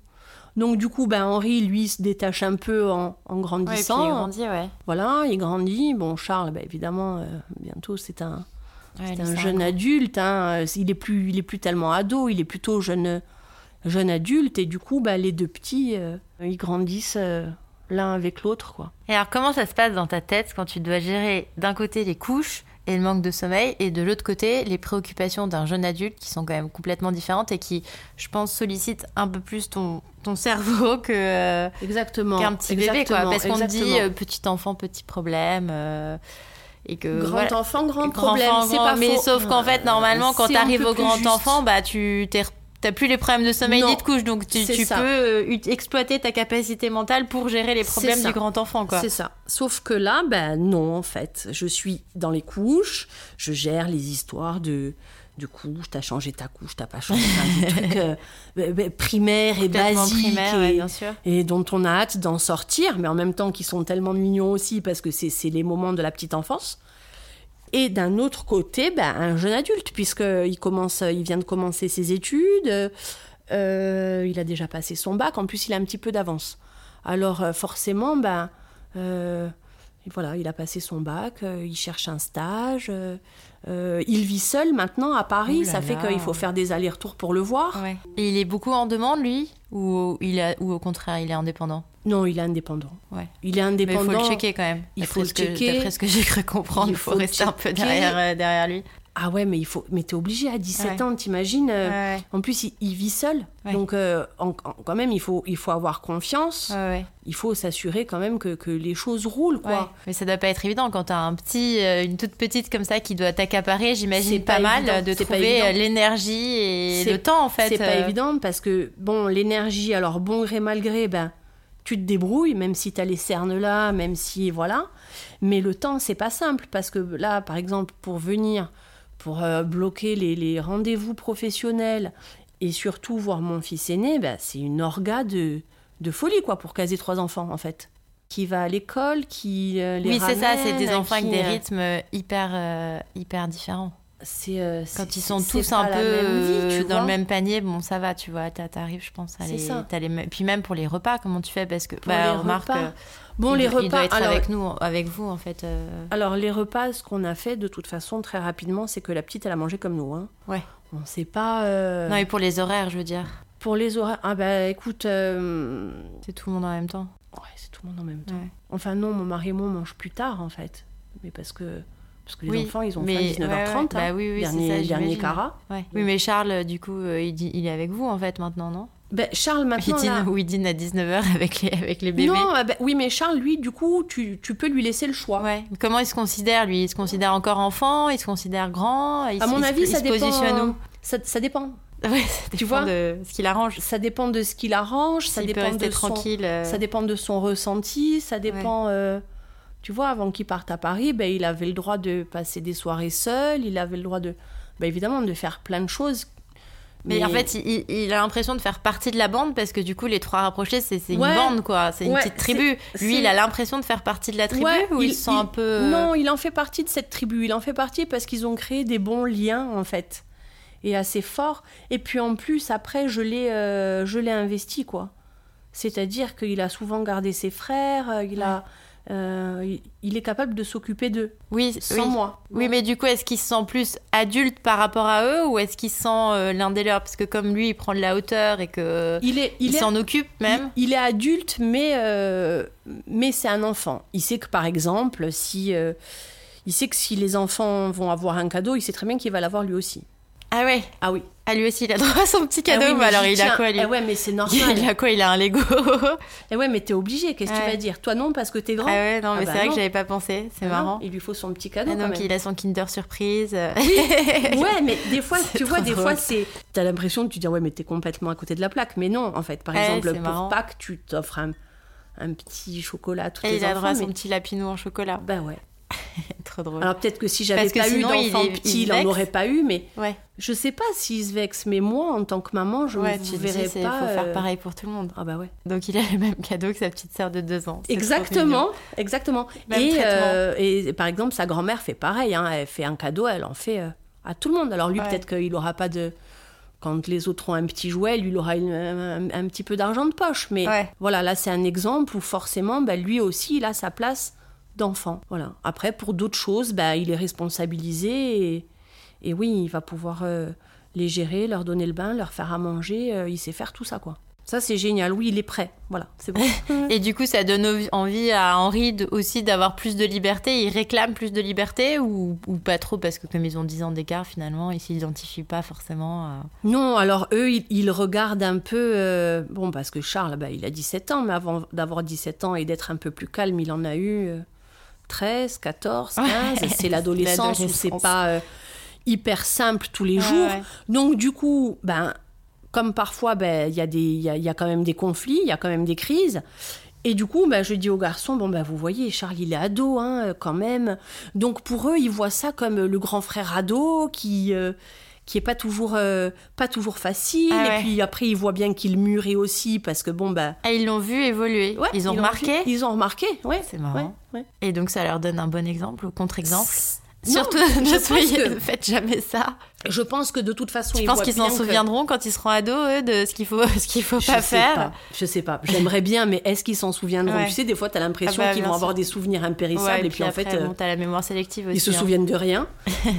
[SPEAKER 2] Donc du coup, ben Henri, lui, se détache un peu en, en
[SPEAKER 1] Ouais, et puis
[SPEAKER 2] grandissant.
[SPEAKER 1] ils grandissent, ouais.
[SPEAKER 2] Voilà, il grandit. Bon, Charles, ben, évidemment, euh, bientôt c'est un
[SPEAKER 1] Ouais,
[SPEAKER 2] C'est
[SPEAKER 1] lui,
[SPEAKER 2] un
[SPEAKER 1] c'est
[SPEAKER 2] jeune adulte, hein, euh, il est plus, il est plus tellement ado, il est plutôt jeune, jeune adulte, et du coup, bah, les deux petits, euh, ils grandissent euh, l'un avec l'autre, quoi.
[SPEAKER 1] Et alors, comment ça se passe dans ta tête quand tu dois gérer d'un côté les couches et le manque de sommeil, et de l'autre côté les préoccupations d'un jeune adulte qui sont quand même complètement différentes et qui, je pense, sollicitent un peu plus ton, ton cerveau que, euh,
[SPEAKER 2] Exactement.
[SPEAKER 1] qu'un petit bébé, quoi. Parce qu'on te dit euh, petit enfant, petit problème. euh, et que,
[SPEAKER 2] grand
[SPEAKER 1] voilà.
[SPEAKER 2] enfant, euh, grand,
[SPEAKER 1] Grand
[SPEAKER 2] problème,
[SPEAKER 1] enfant,
[SPEAKER 2] c'est
[SPEAKER 1] grand-
[SPEAKER 2] pas
[SPEAKER 1] Mais
[SPEAKER 2] faux. Euh,
[SPEAKER 1] sauf qu'en fait, normalement, quand
[SPEAKER 2] C'est
[SPEAKER 1] tu
[SPEAKER 2] un
[SPEAKER 1] arrives
[SPEAKER 2] peu
[SPEAKER 1] au
[SPEAKER 2] plus
[SPEAKER 1] grand
[SPEAKER 2] juste.
[SPEAKER 1] enfant, bah, tu t'es- T'as plus les problèmes de sommeil
[SPEAKER 2] Non,
[SPEAKER 1] ni de couche, donc tu,
[SPEAKER 2] c'est
[SPEAKER 1] tu peux
[SPEAKER 2] ça.
[SPEAKER 1] euh, ut- exploiter ta capacité mentale pour gérer les
[SPEAKER 2] C'est
[SPEAKER 1] problèmes
[SPEAKER 2] ça.
[SPEAKER 1] du grand enfant, quoi.
[SPEAKER 2] C'est ça. Sauf que là, ben non, en fait. Je suis dans les couches, je gère les histoires de, de couches, t'as changé ta couche, t'as pas changé enfin, des trucs euh, ben, ben, primaires et
[SPEAKER 1] Complètement
[SPEAKER 2] basiques.
[SPEAKER 1] primaire,
[SPEAKER 2] et-
[SPEAKER 1] ouais, bien sûr.
[SPEAKER 2] et dont on a hâte d'en sortir, mais en même temps qui sont tellement mignons aussi parce que c'est c'est les moments de la petite enfance. Et d'un autre côté, ben, un jeune adulte, puisqu'il commence, il vient de commencer ses études, euh, il a déjà passé son bac, en plus il a un petit peu d'avance. Alors euh, forcément, ben, euh, et voilà, il a passé son bac, euh, il cherche un stage, euh, euh, il vit seul maintenant à Paris,
[SPEAKER 1] Ouh Oh là
[SPEAKER 2] ça fait
[SPEAKER 1] là.
[SPEAKER 2] qu'il faut faire des allers-retours pour le voir.
[SPEAKER 1] Ouais. Et il est beaucoup en demande, lui ou, il a, ou au contraire, il est indépendant
[SPEAKER 2] Non, il est indépendant.
[SPEAKER 1] Ouais.
[SPEAKER 2] Il est
[SPEAKER 1] Mais il
[SPEAKER 2] indépendant.
[SPEAKER 1] faut le checker quand même.
[SPEAKER 2] Il
[SPEAKER 1] D'après
[SPEAKER 2] faut le
[SPEAKER 1] ce que-
[SPEAKER 2] checker.
[SPEAKER 1] D'après ce que j'ai cru comprendre, il
[SPEAKER 2] Il
[SPEAKER 1] faut,
[SPEAKER 2] faut le
[SPEAKER 1] rester un peu
[SPEAKER 2] checker.
[SPEAKER 1] derrière, euh, derrière lui.
[SPEAKER 2] Ah ouais, mais il faut, mais t'es obligé à 17
[SPEAKER 1] Ouais.
[SPEAKER 2] ans, t'imagines euh,
[SPEAKER 1] Ouais,
[SPEAKER 2] En plus, il, il vit seul,
[SPEAKER 1] Ouais.
[SPEAKER 2] donc euh, en- en- quand même, il faut, il faut avoir confiance.
[SPEAKER 1] ouais, ouais.
[SPEAKER 2] Il faut s'assurer quand même que, que les choses roulent,
[SPEAKER 1] Ouais.
[SPEAKER 2] quoi.
[SPEAKER 1] Mais ça doit pas être évident quand t'as un petit, euh, une toute petite comme ça qui doit t'accaparer,
[SPEAKER 2] C'est
[SPEAKER 1] j'imagine
[SPEAKER 2] pas
[SPEAKER 1] pas, mal
[SPEAKER 2] évident,
[SPEAKER 1] euh, de
[SPEAKER 2] c'est pas
[SPEAKER 1] trouver
[SPEAKER 2] évident.
[SPEAKER 1] euh, l'énergie et
[SPEAKER 2] C'est-
[SPEAKER 1] le temps en fait.
[SPEAKER 2] C'est pas
[SPEAKER 1] euh,
[SPEAKER 2] évident parce que bon, l'énergie, alors bon gré mal gré, ben tu te débrouilles, même si t'as les cernes là, même si voilà. Mais le temps, c'est pas simple parce que là, par exemple, pour venir, pour euh, bloquer les, les rendez-vous professionnels et surtout voir mon fils aîné, ben, c'est une orga de, de folie quoi pour caser trois enfants en fait. Qui va à l'école, qui euh, les
[SPEAKER 1] Oui, c'est ça, c'est
[SPEAKER 2] ramène,
[SPEAKER 1] des enfants avec
[SPEAKER 2] qui,
[SPEAKER 1] des
[SPEAKER 2] euh,
[SPEAKER 1] rythmes hyper, euh, hyper différents.
[SPEAKER 2] C'est euh,
[SPEAKER 1] Quand
[SPEAKER 2] c'est-
[SPEAKER 1] ils sont
[SPEAKER 2] c'est
[SPEAKER 1] tous un
[SPEAKER 2] pas
[SPEAKER 1] peu
[SPEAKER 2] la même vie,
[SPEAKER 1] euh,
[SPEAKER 2] tu
[SPEAKER 1] dans
[SPEAKER 2] vois.
[SPEAKER 1] le même panier, bon, ça va, tu vois, t'as- t'arrives, je pense, à
[SPEAKER 2] C'est
[SPEAKER 1] les,
[SPEAKER 2] ça.
[SPEAKER 1] t'as les mêmes- Puis même pour les repas, comment tu fais Parce que,
[SPEAKER 2] Pour
[SPEAKER 1] bah,
[SPEAKER 2] les
[SPEAKER 1] remarque,
[SPEAKER 2] repas.
[SPEAKER 1] euh,
[SPEAKER 2] Bon,
[SPEAKER 1] il,
[SPEAKER 2] les
[SPEAKER 1] doit- il
[SPEAKER 2] repas,
[SPEAKER 1] doit être
[SPEAKER 2] alors,
[SPEAKER 1] avec nous, avec vous, en fait. euh,
[SPEAKER 2] Alors les repas, ce qu'on a fait de toute façon très rapidement, c'est que la petite elle a mangé comme nous. Hein.
[SPEAKER 1] Ouais.
[SPEAKER 2] On sait pas. euh,
[SPEAKER 1] Non, et pour les horaires, je veux dire,
[SPEAKER 2] Pour les horaires, ah bah écoute, euh,
[SPEAKER 1] c'est tout le monde en même temps.
[SPEAKER 2] ouais, c'est tout le monde en même temps.
[SPEAKER 1] Ouais.
[SPEAKER 2] Enfin non, mon mari et moi on mange plus tard en fait, mais parce que parce que les
[SPEAKER 1] Oui,
[SPEAKER 2] enfants ils ont
[SPEAKER 1] mais-
[SPEAKER 2] faim à 19h30.
[SPEAKER 1] ouais, ouais,
[SPEAKER 2] hein.
[SPEAKER 1] bah oui, oui, c'est
[SPEAKER 2] dernier
[SPEAKER 1] ça,
[SPEAKER 2] dernier
[SPEAKER 1] j'imagine.
[SPEAKER 2] cara.
[SPEAKER 1] Ouais. Oui, mais Charles, euh, du coup, euh, il, dit- il est avec vous, en fait, maintenant, non
[SPEAKER 2] Ben, Charles
[SPEAKER 1] il
[SPEAKER 2] maintenant
[SPEAKER 1] dîne,
[SPEAKER 2] là.
[SPEAKER 1] Ou il dîne à 19h avec les, avec les bébés
[SPEAKER 2] Non, ah bah, oui mais Charles lui du coup tu, tu peux lui laisser le choix.
[SPEAKER 1] Ouais. Comment il se considère, lui Il se considère encore enfant Il se considère grand il,
[SPEAKER 2] À
[SPEAKER 1] se-
[SPEAKER 2] mon
[SPEAKER 1] il se-
[SPEAKER 2] avis
[SPEAKER 1] il
[SPEAKER 2] ça
[SPEAKER 1] se
[SPEAKER 2] dépend.
[SPEAKER 1] positionne où
[SPEAKER 2] ça, ça dépend.
[SPEAKER 1] Ouais, ça
[SPEAKER 2] Tu
[SPEAKER 1] dépend
[SPEAKER 2] vois
[SPEAKER 1] de ce qu'il arrange.
[SPEAKER 2] Ça dépend de ce qui l'arrange, ça
[SPEAKER 1] S'il peut
[SPEAKER 2] dépend
[SPEAKER 1] rester
[SPEAKER 2] de son-
[SPEAKER 1] tranquille. euh,
[SPEAKER 2] Ça dépend de son ressenti, ça dépend. euh, tu vois, avant qu'il parte à Paris, ben, il avait le droit de passer des soirées seul, il avait le droit de. Ben, évidemment, de faire plein de choses.
[SPEAKER 1] Mais, en fait, il, il- il a l'impression de faire partie de la bande parce que du coup, les trois rapprochés, c'est c'est
[SPEAKER 2] Ouais.
[SPEAKER 1] une bande, quoi. C'est une
[SPEAKER 2] Ouais,
[SPEAKER 1] petite tribu.
[SPEAKER 2] c'est-
[SPEAKER 1] Lui,
[SPEAKER 2] c'est-
[SPEAKER 1] il a l'impression de faire partie de la tribu
[SPEAKER 2] Ouais,
[SPEAKER 1] ou il,
[SPEAKER 2] il-
[SPEAKER 1] se sent
[SPEAKER 2] il-
[SPEAKER 1] un peu. euh,
[SPEAKER 2] Non, il en fait partie de cette tribu. Il en fait partie parce qu'ils ont créé des bons liens, en fait. Et assez forts. Et puis en plus, après, je l'ai, euh, je l'ai investi, quoi. C'est-à-dire qu'il a souvent gardé ses frères, euh, il, a, euh, il- il est capable de s'occuper d'eux,
[SPEAKER 1] Oui,
[SPEAKER 2] sans
[SPEAKER 1] oui.
[SPEAKER 2] moi.
[SPEAKER 1] Oui, mais du coup, est-ce qu'il se sent plus adulte par rapport à eux ou est-ce qu'il se sent euh, l'un des leurs Parce que comme lui, il prend de la hauteur et que
[SPEAKER 2] Il est,
[SPEAKER 1] il
[SPEAKER 2] il est
[SPEAKER 1] s'en occupe même.
[SPEAKER 2] Il, il est adulte, mais, euh, mais c'est un enfant. Il sait que, par exemple, si, euh, il sait que si les enfants vont avoir un cadeau, il sait très bien qu'il va l'avoir lui aussi.
[SPEAKER 1] Ah ouais,
[SPEAKER 2] Ah oui.
[SPEAKER 1] à lui aussi, il a droit à son petit cadeau.
[SPEAKER 2] Ah oui,
[SPEAKER 1] mais
[SPEAKER 2] mais
[SPEAKER 1] alors,
[SPEAKER 2] j'y
[SPEAKER 1] il a
[SPEAKER 2] tiens.
[SPEAKER 1] quoi lui
[SPEAKER 2] Eh ouais, mais c'est normal.
[SPEAKER 1] Il a quoi Il a un Lego.
[SPEAKER 2] Eh ouais, mais t'es obligé. Qu'est-ce que
[SPEAKER 1] Ouais.
[SPEAKER 2] tu vas dire Toi non, parce que t'es
[SPEAKER 1] ah
[SPEAKER 2] grand.
[SPEAKER 1] ouais, non,
[SPEAKER 2] Ah
[SPEAKER 1] mais
[SPEAKER 2] bah
[SPEAKER 1] c'est vrai
[SPEAKER 2] non.
[SPEAKER 1] que j'avais pas pensé. C'est
[SPEAKER 2] Ah non,
[SPEAKER 1] marrant.
[SPEAKER 2] Il lui faut son petit
[SPEAKER 1] Ah,
[SPEAKER 2] cadeau. quand
[SPEAKER 1] donc
[SPEAKER 2] même.
[SPEAKER 1] il a son Kinder surprise.
[SPEAKER 2] Ouais, mais des fois,
[SPEAKER 1] C'est
[SPEAKER 2] tu vois,
[SPEAKER 1] trop
[SPEAKER 2] des
[SPEAKER 1] drôle.
[SPEAKER 2] fois, c'est. T'as l'impression de tu dis, ouais, mais t'es complètement à côté de la plaque. Mais non, en fait. Par
[SPEAKER 1] Ouais, c'est
[SPEAKER 2] exemple, pour
[SPEAKER 1] marrant.
[SPEAKER 2] Pâques, tu t'offres un, un petit chocolat à tous
[SPEAKER 1] Et
[SPEAKER 2] tes
[SPEAKER 1] il a
[SPEAKER 2] enfants,
[SPEAKER 1] droit à son
[SPEAKER 2] mais-
[SPEAKER 1] petit lapinou en chocolat.
[SPEAKER 2] Bah ouais.
[SPEAKER 1] Trop drôle.
[SPEAKER 2] Alors peut-être que si j'avais
[SPEAKER 1] Parce que
[SPEAKER 2] pas eu
[SPEAKER 1] sinon, il
[SPEAKER 2] d'enfant
[SPEAKER 1] est- il
[SPEAKER 2] petit, il en
[SPEAKER 1] vexe.
[SPEAKER 2] aurait pas eu, mais
[SPEAKER 1] ouais,
[SPEAKER 2] je sais pas s'il se vexe. Mais moi, en tant que maman, je
[SPEAKER 1] ouais,
[SPEAKER 2] ne
[SPEAKER 1] tu te
[SPEAKER 2] vous
[SPEAKER 1] dis,
[SPEAKER 2] verrais
[SPEAKER 1] c'est-
[SPEAKER 2] pas.
[SPEAKER 1] faut
[SPEAKER 2] euh,
[SPEAKER 1] faire pareil pour tout le monde.
[SPEAKER 2] Ah bah ouais.
[SPEAKER 1] Donc il a le même cadeau que sa petite sœur de deux ans. C'est trop mignon.
[SPEAKER 2] Exactement, exactement.
[SPEAKER 1] Même
[SPEAKER 2] et,
[SPEAKER 1] traitement.
[SPEAKER 2] euh, et par exemple, sa grand-mère fait pareil. hein, elle fait un cadeau, elle en fait euh, à tout le monde. Alors lui,
[SPEAKER 1] Ouais.
[SPEAKER 2] peut-être qu'il aura pas de. Quand les autres ont un petit jouet, lui, il aura une- un, un petit peu d'argent de poche. Mais
[SPEAKER 1] Ouais.
[SPEAKER 2] voilà, là, c'est un exemple où forcément, bah, lui aussi, il a sa place d'enfant. Voilà. Après, pour d'autres choses, bah, il est responsabilisé et, et oui, il va pouvoir euh, les gérer, leur donner le bain, leur faire à manger. euh, il sait faire tout ça, quoi. Ça, c'est génial. Oui, il est prêt. Voilà, c'est bon.
[SPEAKER 1] Et du coup, ça donne envi- envie à Henri de- aussi d'avoir plus de liberté. Il réclame plus de liberté ou, ou pas trop parce que comme ils ont 10 ans d'écart, finalement, ils s'identifient pas forcément. à-
[SPEAKER 2] Non, alors eux, ils, ils regardent un peu. euh, bon, parce que Charles, bah, il a 17 ans, mais avant d'avoir 17 ans et d'être un peu plus calme, il en a eu euh, 13, 14, 15.
[SPEAKER 1] Ouais,
[SPEAKER 2] c'est l'adolescence où c'est
[SPEAKER 1] l'adolescence.
[SPEAKER 2] pas euh, hyper simple tous les
[SPEAKER 1] Ouais,
[SPEAKER 2] jours.
[SPEAKER 1] ouais.
[SPEAKER 2] Donc, du coup, ben, comme parfois, ben, il y, a des- il y a, il y a quand même des conflits, il y a quand même des crises. Et du coup, ben, je dis aux garçons, bon, ben, vous voyez, Charles, il est ado, hein, euh, quand même. Donc, pour eux, ils voient ça comme euh, le grand frère ado qui. euh, qui est pas toujours euh, pas toujours facile
[SPEAKER 1] Ah ouais.
[SPEAKER 2] et puis après ils voient bien qu'il mûrit aussi parce que bon ben
[SPEAKER 1] Ah, ils l'ont vu évoluer.
[SPEAKER 2] ouais,
[SPEAKER 1] ils ont remarqué.
[SPEAKER 2] ils ont remarqué ouais
[SPEAKER 1] C'est marrant.
[SPEAKER 2] ouais, ouais.
[SPEAKER 1] Et donc, ça leur donne un bon exemple ou contre-exemple.
[SPEAKER 2] Non,
[SPEAKER 1] Surtout,
[SPEAKER 2] je
[SPEAKER 1] ne
[SPEAKER 2] pense
[SPEAKER 1] soyez,
[SPEAKER 2] que-
[SPEAKER 1] ne faites jamais ça.
[SPEAKER 2] je pense que de toute façon
[SPEAKER 1] Je
[SPEAKER 2] ils
[SPEAKER 1] pense
[SPEAKER 2] voient
[SPEAKER 1] qu'ils
[SPEAKER 2] bien
[SPEAKER 1] s'en
[SPEAKER 2] que-
[SPEAKER 1] souviendront quand ils seront ados, eux, de ce qu'il faut, ce qu'il faut
[SPEAKER 2] Je
[SPEAKER 1] pas
[SPEAKER 2] sais
[SPEAKER 1] faire.
[SPEAKER 2] pas, je sais pas. J'aimerais bien, mais est-ce qu'ils s'en souviendront
[SPEAKER 1] Ouais.
[SPEAKER 2] Tu sais, des fois, t'as l'impression
[SPEAKER 1] Ah bah,
[SPEAKER 2] qu'ils
[SPEAKER 1] bien
[SPEAKER 2] vont
[SPEAKER 1] sûr.
[SPEAKER 2] avoir des souvenirs impérissables
[SPEAKER 1] Ouais,
[SPEAKER 2] et puis, en
[SPEAKER 1] après,
[SPEAKER 2] fait, euh,
[SPEAKER 1] bon, t'as la mémoire sélective aussi.
[SPEAKER 2] ils se
[SPEAKER 1] hein.
[SPEAKER 2] souviennent de rien.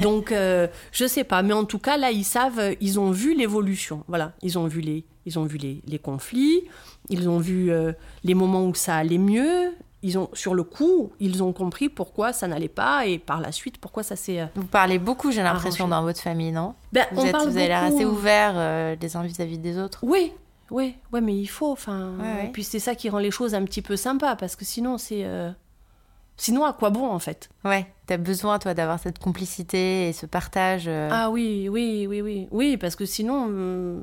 [SPEAKER 2] Donc, euh, je sais pas. Mais en tout cas, là, ils savent, euh, ils ont vu l'évolution. Voilà, ils ont vu les, ils ont vu les, les conflits, ils ont vu euh, les moments où ça allait mieux, ils ont, sur le coup, ils ont compris pourquoi ça n'allait pas et par la suite pourquoi ça s'est. euh,
[SPEAKER 1] Vous parlez beaucoup, j'ai l'impression,
[SPEAKER 2] Arrangé.
[SPEAKER 1] dans votre famille, non
[SPEAKER 2] Ben,
[SPEAKER 1] vous, êtes, vous avez l'air assez
[SPEAKER 2] hein.
[SPEAKER 1] ouvert euh, les uns vis-à-vis des autres.
[SPEAKER 2] Oui, oui, ouais, mais il faut. Enfin,
[SPEAKER 1] Ouais, ouais.
[SPEAKER 2] et puis c'est ça qui rend les choses un petit peu sympas parce que sinon c'est, euh, sinon à quoi bon en fait
[SPEAKER 1] Ouais, t'as besoin, toi, d'avoir cette complicité et ce partage. euh,
[SPEAKER 2] Ah oui, oui, oui, oui, oui, parce que sinon, euh,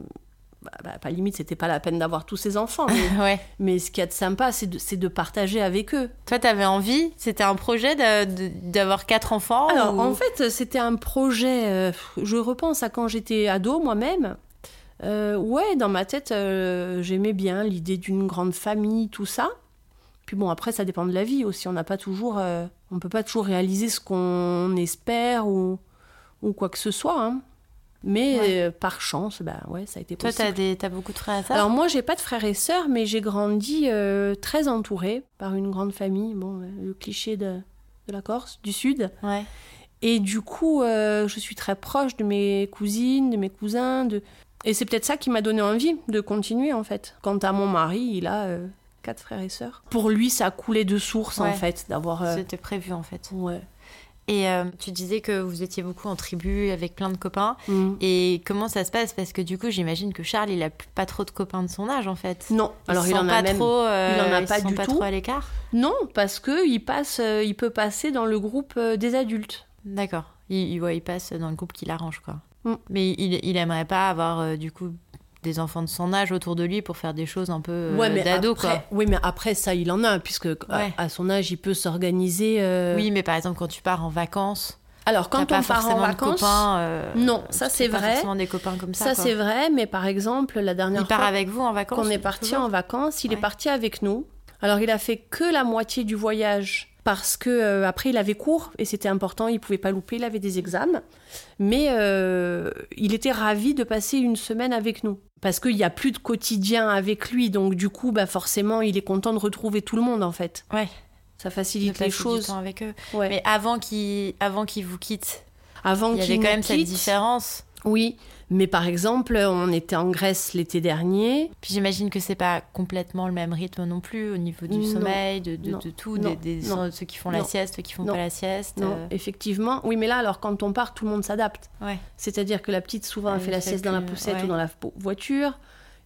[SPEAKER 2] bah, bah, pas limite, c'était pas la peine d'avoir tous ces enfants. Mais,
[SPEAKER 1] Ouais.
[SPEAKER 2] mais ce qu'il y a de sympa, c'est de, c'est de partager avec eux.
[SPEAKER 1] Toi, t'avais envie C'était un projet d'a- de- d'avoir quatre enfants
[SPEAKER 2] Alors,
[SPEAKER 1] ou-
[SPEAKER 2] en fait, c'était un projet. euh, je repense à quand j'étais ado moi-même. Euh, ouais, dans ma tête, euh, j'aimais bien l'idée d'une grande famille, tout ça. Puis bon, après, ça dépend de la vie aussi. On n'a pas toujours, euh, on peut pas toujours réaliser ce qu'on espère ou, ou quoi que ce soit. hein. Mais
[SPEAKER 1] Ouais.
[SPEAKER 2] euh, par chance, bah ouais, ça a été
[SPEAKER 1] Toi,
[SPEAKER 2] possible.
[SPEAKER 1] t'as des... t'as beaucoup de frères et sœurs
[SPEAKER 2] Alors moi, j'ai pas de frères et sœurs, mais j'ai grandi euh, très entourée par une grande famille. Bon, euh, le cliché de- de la Corse, du Sud.
[SPEAKER 1] Ouais.
[SPEAKER 2] Et du coup, euh, je suis très proche de mes cousines, de mes cousins. De... Et c'est peut-être ça qui m'a donné envie de continuer, en fait. Quant à mon mari, il a euh, quatre frères et sœurs. Pour lui, ça a coulé de source,
[SPEAKER 1] Ouais.
[SPEAKER 2] en fait, d'avoir... euh,
[SPEAKER 1] C'était prévu, en fait.
[SPEAKER 2] Ouais.
[SPEAKER 1] Et euh, tu disais que vous étiez beaucoup en tribu avec plein de copains.
[SPEAKER 2] Mm.
[SPEAKER 1] Et comment ça se passe Parce que du coup, j'imagine que Charles, il a p- pas trop de copains de son âge, en fait.
[SPEAKER 2] Non,
[SPEAKER 1] Ils
[SPEAKER 2] alors
[SPEAKER 1] se
[SPEAKER 2] il
[SPEAKER 1] sent
[SPEAKER 2] en
[SPEAKER 1] pas
[SPEAKER 2] a même...
[SPEAKER 1] trop, euh,
[SPEAKER 2] il en a
[SPEAKER 1] se
[SPEAKER 2] pas
[SPEAKER 1] sent
[SPEAKER 2] du
[SPEAKER 1] pas
[SPEAKER 2] tout.
[SPEAKER 1] trop à l'écart.
[SPEAKER 2] Non, parce que il passe, euh, il peut passer dans le groupe euh, des adultes.
[SPEAKER 1] D'accord. Il, il- ouais, il passe dans le groupe qui l'arrange, quoi.
[SPEAKER 2] Mm.
[SPEAKER 1] Mais il, il aimerait pas avoir, euh, du coup, des enfants de son âge autour de lui pour faire des choses un peu euh, d'ado,
[SPEAKER 2] après...
[SPEAKER 1] quoi.
[SPEAKER 2] Oui, mais après ça, il en a, puisque à-
[SPEAKER 1] Ouais.
[SPEAKER 2] à, son âge, il peut s'organiser. euh,
[SPEAKER 1] Oui, mais par exemple, quand tu pars en vacances,
[SPEAKER 2] Alors, quand
[SPEAKER 1] t'as
[SPEAKER 2] on
[SPEAKER 1] pas
[SPEAKER 2] part en
[SPEAKER 1] forcément de
[SPEAKER 2] vacances,
[SPEAKER 1] copains. euh,
[SPEAKER 2] non,
[SPEAKER 1] tu
[SPEAKER 2] ça
[SPEAKER 1] fais
[SPEAKER 2] c'est
[SPEAKER 1] pas
[SPEAKER 2] vrai.
[SPEAKER 1] forcément des copains comme ça.
[SPEAKER 2] Ça,
[SPEAKER 1] quoi.
[SPEAKER 2] c'est vrai, mais par exemple, la dernière
[SPEAKER 1] Il part
[SPEAKER 2] fois
[SPEAKER 1] avec vous en vacances
[SPEAKER 2] qu'on est parti en vacances, il
[SPEAKER 1] Ouais.
[SPEAKER 2] est parti avec nous. Alors, il a fait que la moitié du voyage parce que euh, après il avait cours et c'était important, il pouvait pas louper, il avait des examens. Mais euh, il était ravi de passer une semaine avec nous parce qu'il n'y a plus de quotidien avec lui, donc du coup, bah forcément, il est content de retrouver tout le monde en fait.
[SPEAKER 1] Ouais.
[SPEAKER 2] Ça
[SPEAKER 1] de
[SPEAKER 2] facilite
[SPEAKER 1] passer
[SPEAKER 2] les
[SPEAKER 1] du
[SPEAKER 2] choses.
[SPEAKER 1] temps avec eux.
[SPEAKER 2] Ouais.
[SPEAKER 1] Mais avant qu'ils avant qu'ils vous quittent,
[SPEAKER 2] Avant
[SPEAKER 1] il y
[SPEAKER 2] qu'il
[SPEAKER 1] avait quand
[SPEAKER 2] nous
[SPEAKER 1] même cette
[SPEAKER 2] quitte,
[SPEAKER 1] différence.
[SPEAKER 2] Oui, mais par exemple, on était en Grèce l'été dernier.
[SPEAKER 1] Puis j'imagine que c'est pas complètement le même rythme non plus au niveau du
[SPEAKER 2] Non,
[SPEAKER 1] sommeil, de, de,
[SPEAKER 2] non,
[SPEAKER 1] de tout,
[SPEAKER 2] non,
[SPEAKER 1] des, des-
[SPEAKER 2] non,
[SPEAKER 1] ceux qui font la
[SPEAKER 2] non,
[SPEAKER 1] sieste, ceux qui font
[SPEAKER 2] non,
[SPEAKER 1] pas la sieste.
[SPEAKER 2] Non,
[SPEAKER 1] euh,
[SPEAKER 2] effectivement. Oui, mais là, alors quand on part, tout le monde s'adapte.
[SPEAKER 1] Ouais.
[SPEAKER 2] C'est-à-dire que la petite, souvent,
[SPEAKER 1] Elle
[SPEAKER 2] elle fait la
[SPEAKER 1] fait
[SPEAKER 2] sieste dans la
[SPEAKER 1] plus,
[SPEAKER 2] poussette
[SPEAKER 1] ouais.
[SPEAKER 2] ou dans la po- voiture.